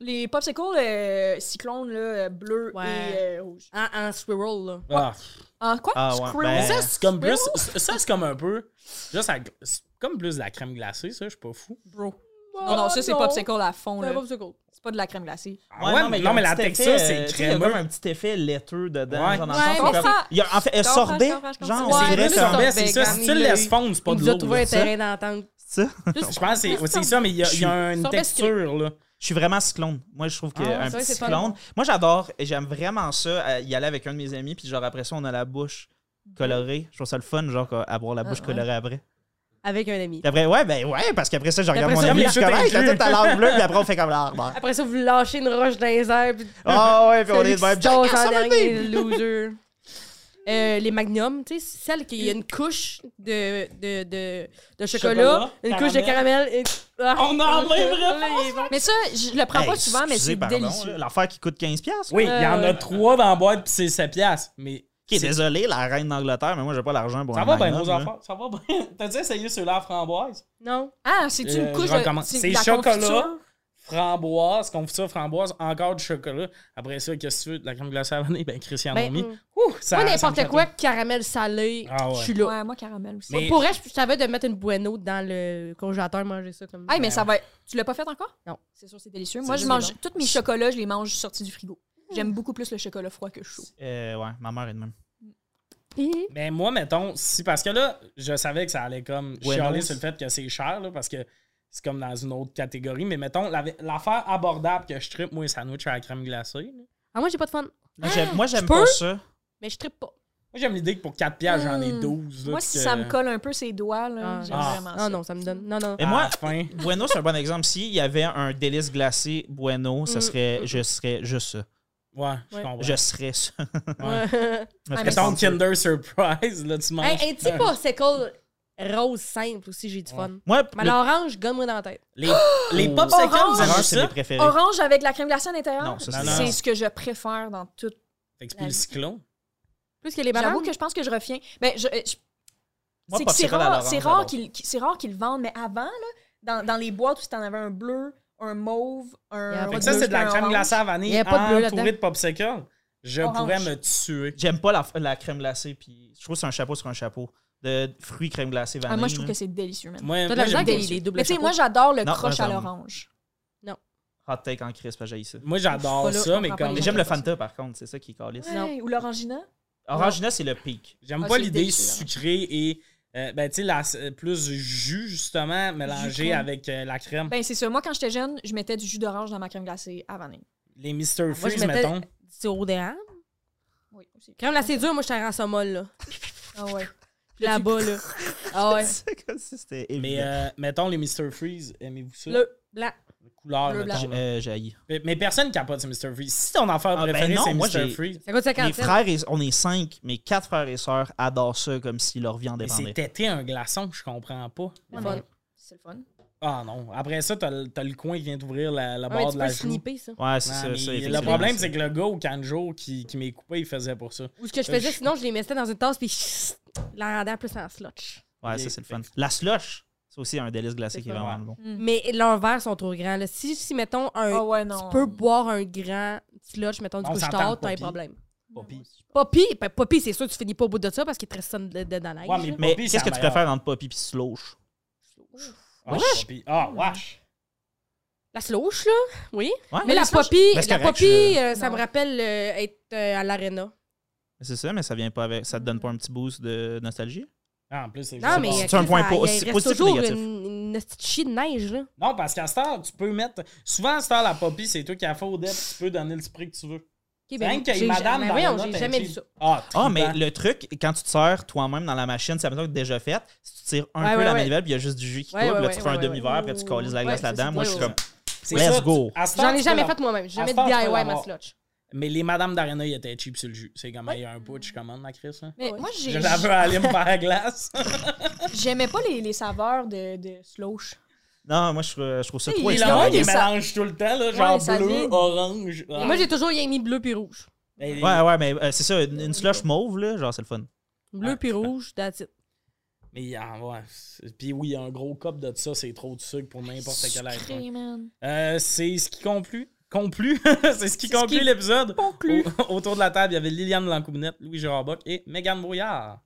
les popsicles euh, cyclones là, euh, bleus Ouais. et euh, rouges. En, en swirl, là. ah, En quoi? Ah, ouais, Squirrel? ben- ça, c'est comme plus. Ça, c'est comme un peu. Juste à- c'est comme plus de la crème glacée, ça, je suis pas fou. Bro. Oh, Non, non, ça, c'est popsicle à fond. C'est là. un popsicle. C'est pas de la crème glacée. Ah ouais, mais, non, mais la texture, c'est euh, Il y a crémeux. comme un petit effet laiteux dedans. Ouais. genre, dans le Ouais, sens où mais comme- ça- il y a- En fait, elle Je comprends, sorbet. je comprends, je comprends. Genre, C'est on Ouais, plus dirait mais comme- sorbet, sorbet, c'est ça. Si tu le granuleux. laisses fondre, c'est pas Il de nous l'eau. a trouvé un là. terrain d'entente. ça. Je pense que c'est- ouais, c'est ça, mais il y, a- il y a une Sorbet sucré. texture, là. Je suis vraiment cyclone. Moi, je trouve que Ah, un c'est vrai, petit c'est pas cyclone. bon. Moi, j'adore. et J'aime vraiment ça. euh, y aller avec un de mes amis, puis genre après ça, on a la bouche colorée. Je trouve ça le fun, genre, à boire la bouche ouais. colorée après. Avec un ami. Puis après, ouais, ben ouais, parce qu'après ça, je regarde après mon ça, ami, vous je suis les comme, hey, jetez t'as toute ta langue bleue, puis après, on fait comme l'arbre. Après ça, vous lâchez une roche dans les airs. Puis Ah ouais, puis on est de même. Jack Jack, ça en va bien. dernier, loser. Euh, les magnums, tu sais, celle qui a une couche de, de, de, de chocolat, Chocolat, une couche de caramel. Et... Ah. On a la même Mais ça, je le prends Hey, pas souvent, mais excusez, c'est pardon, délicieux. là, L'affaire qui coûte 15$. piastres. Oui, il y en Euh, a trois dans la boîte, puis c'est 7 piastres. Mais Ok, désolé, la reine d'Angleterre, mais moi, j'ai pas l'argent pour ça un va bien, magnum, nos là. enfants. Ça va bien. T'as-tu essayé ceux-là à framboise? Non. Ah, c'est une Euh, couche je de. recommande. C'est de la chocolat. confiture. Framboise, confiture framboise, encore du chocolat. Après ça, qu'est-ce que tu veux? De la crème glacée à la vanille? Ben, Christian Ben, Ami. mm. hum. Ouh, ça ça me Moi, n'importe fait quoi, tout. caramel salé, Ah ouais. je suis là. Ouais, moi, caramel aussi. Mais- Pour vrai, je je savais de mettre une bueno dans le congélateur, manger ça comme Hey, mais ça va être- Tu l'as pas fait encore? Non. C'est sûr, c'est délicieux. Moi, je juste mange. Tous mes chocolats, je les mange sortis du frigo. Hmm. J'aime beaucoup plus le chocolat froid que chaud. Euh, ouais, ma mère est de même. Hi. Mais moi, mettons, si parce que là, je savais que ça allait comme Ouais, chialer non, sur le c'est- fait que c'est cher, là, parce que c'est comme dans une autre catégorie. Mais mettons, la- l'affaire abordable que je tripe, moi, les sandwichs à la crème glacée. là. Moi, Ah, moi, j'ai pas de fun. Moi, j'aime- Moi, j'aime tu pas peux? ça. Mais je trippe pas. j'aime l'idée que pour 4 piastres, j'en ai Hmm. 12. là, Moi, puis si que- ça me colle un peu ses doigts, là, Ah. j'aime Ah. vraiment ça. Ah non, ça me donne. Non, non. Mais Ah, moi, fin. Bueno, c'est un bon exemple. S'il y avait un délice glacé Bueno, ça Mm, serait, mm. je serais juste ça. Ouais, je Ouais. comprends. Je serais ça. Ouais. Ouais. Je me Ah, ferais mais Mettons sentir- Kinder Surprise, là, tu manges. hey, un petit popsicle rose simple aussi, j'ai du fun. Moi, Mais le- l'orange, gomme-moi dans la tête. Les, les popsicles, Orange! vous avez l'orange, vu c'est mes ça? préférés. Orange avec la crème glacée à l'intérieur, Non, ça, Euh, Non, c'est non. c'est ce que je préfère dans tout. Fait que c'est plus le cyclone. Plus que les bananes. J'avoue que je pense que je reviens. Ben, je- je- Moi, c'est que c'est popsicle à rare, l'orange, c'est rare j'adore. qu'ils qu'ils- c'est rare qu'ils le vendent, mais avant, là, dans, dans les boîtes où t'en avais un bleu, un mauve, Il y a un. pas Fait de que ça, c'est de la un crème orange. glacée à vanille Il y a pas de bleu entourée de là-dedans. popsicles. Je Orange. pourrais me tuer. J'aime pas la, la crème glacée. Puis je trouve que c'est un chapeau sur un chapeau. De fruits, crème glacée, vanille. Ah, moi, je trouve là. que c'est délicieux, man. Moi, T'as de moi, la j'aime misère pas avec ça. les doubles Mais tu sais, chapeaux. moi, j'adore le Non, croche moi, à j'aime. l'orange. Hot take en crisp, j'ai ça. Moi, j'adore Je suis pas là, ça, je mais comprends pas comme. Mais les j'aime le Fanta, par contre. C'est ça qui est caliste. Non. Ouais, Ou l'orangina. Orangina, c'est le pic. J'aime Ah, pas c'est l'idée délicieux, hein. sucrée et euh, ben tu sais la- euh, plus jus justement mélangé crème. avec euh, la crème. Ben, c'est ça. Moi, quand j'étais jeune, je mettais du jus d'orange dans ma crème glacée à vanille. les Mr Moi, je Freeze mettais mettons. du sirop d'érable. Oui, aussi. Crème glacée dure, moi, je suis en sommol, là. Ah ouais. Là-bas, là. Ah ouais. C'est comme si c'était Mais évident. euh, mettons les Mr Freeze, aimez-vous ça Bleu, blanc. La couleur bleu, mettons, là. Euh, j'haïs. Mais, mais personne capote sur Mr Freeze. Si ton affaire Ah, ben préférée non, c'est moi, Mr j'ai- Freeze, Ça coûte 50 Mes frères, et- on est cinq. Mes quatre frères et sœurs adorent ça comme si leur vie en mais c'est dépendait. têté un glaçon, je comprends pas. C'est le fun. C'est le fun. Ah non, après ça t'as le t'as le coin qui vient t'ouvrir la, la Ah, mais barre de tu peux la joue. snipper, ça. Ouais, Non, c'est ça. mais ça, le effectivement, problème, ça. c'est que le gars au canjo qui, qui m'est coupé, il faisait pour ça. Ou ce que je Euh, faisais, je- sinon, je les mettais dans une tasse, puis chut, la rendais plus en slotch. Ouais, Ok, ça, c'est le fun. fait La slush, c'est aussi un délice glacé C'est qui est pas vraiment mal. bon. Mais leurs verres sont trop grands. Là. Si, si, mettons, un, Ah ouais, tu non. peux boire un grand slotch, mettons, du Oh, On couche s'entend, tard, t'as un Poppy. problème. Poppy. Poppy, ben, Poppy c'est sûr, tu finis pas au bout de ça parce qu'il te reste ça de- de- dans la Ouais, neige, là. Mais Poppy, c'est qu'est-ce que la tu meilleure. préfères entre Poppy puis Slosh? Ah, Poppy. Ah, wesh. La sloche, là, oui. Ouais, Mais la Slosh- Poppy, Ben, c'est la correct, Poppy, je- euh, ça Non. me rappelle euh, être euh, à l'aréna. C'est ça, mais ça vient pas avec. Ça te donne pas un petit boost de nostalgie? Ah, en plus, c'est Non, mais bon. euh, C'est un Chris, point ça- po- il c'est reste positif ou toujours négatif? une, une petite chie de neige, là. Non, parce qu'à cette heure, tu peux mettre. Souvent, à cette heure, la poppy, c'est toi qui as faudette, tu peux donner le spray que tu veux. Ok, C'est ben, rien qu'il y ait j'ai- madame ben, dans voyons, le j'ai lot, jamais elle vu chie. ça. Ah, Ah, mais tribant. le truc, quand tu te sers toi-même dans la machine, c'est la que tu déjà faite, si tu tires un Ouais, peu ouais, la ouais. manivelle, puis il y a juste du jus qui Ouais, coule, puis ouais, là, tu ouais, fais un ouais, ouais. demi-verre, puis là, tu calises la Ouais, glace ça, là-dedans. c'est Moi, je suis ouais, comme. C'est Let's ça, tu- go. à cette heure, J'en ai tu jamais peux fait moi-même. J'ai À jamais ce temps, de tu peux DIY, ma l'avoir. slotch. Mais les madames d'Arena, ils étaient cheap sur le jus. C'est comme, il y a un bout, je commande, ma Chris. Hein. Mais Ouais. moi, j'ai- Je la veux aller me faire la glace. j'aimais pas les, les saveurs de, de slosh. Non, moi, je trouve, je trouve ça Tu sais, trop il Et est le monde, mais ils extravagant. ça- mélangent tout le temps, là, genre Ouais, ça bleu, vient. orange. Et Ah. Moi, j'ai toujours rien mis bleu puis rouge. Ben, les- Ouais, ouais, mais euh, c'est ça, une, une slush mauve, là, genre, c'est le fun. Bleu Ah, puis rouge, that's it. Mais ah, ouais. C'est- Puis oui, un gros cup de ça, c'est trop de sucre pour n'importe quel être. Sucré, man. Euh, c'est ce qui conclut. Conclut. c'est ce qui C'est ce conclut qui l'épisode. conclut. Au- autour de la table, il y avait Liliane Lancoubinette, Louis Gérard Bock et Megan Brouillard.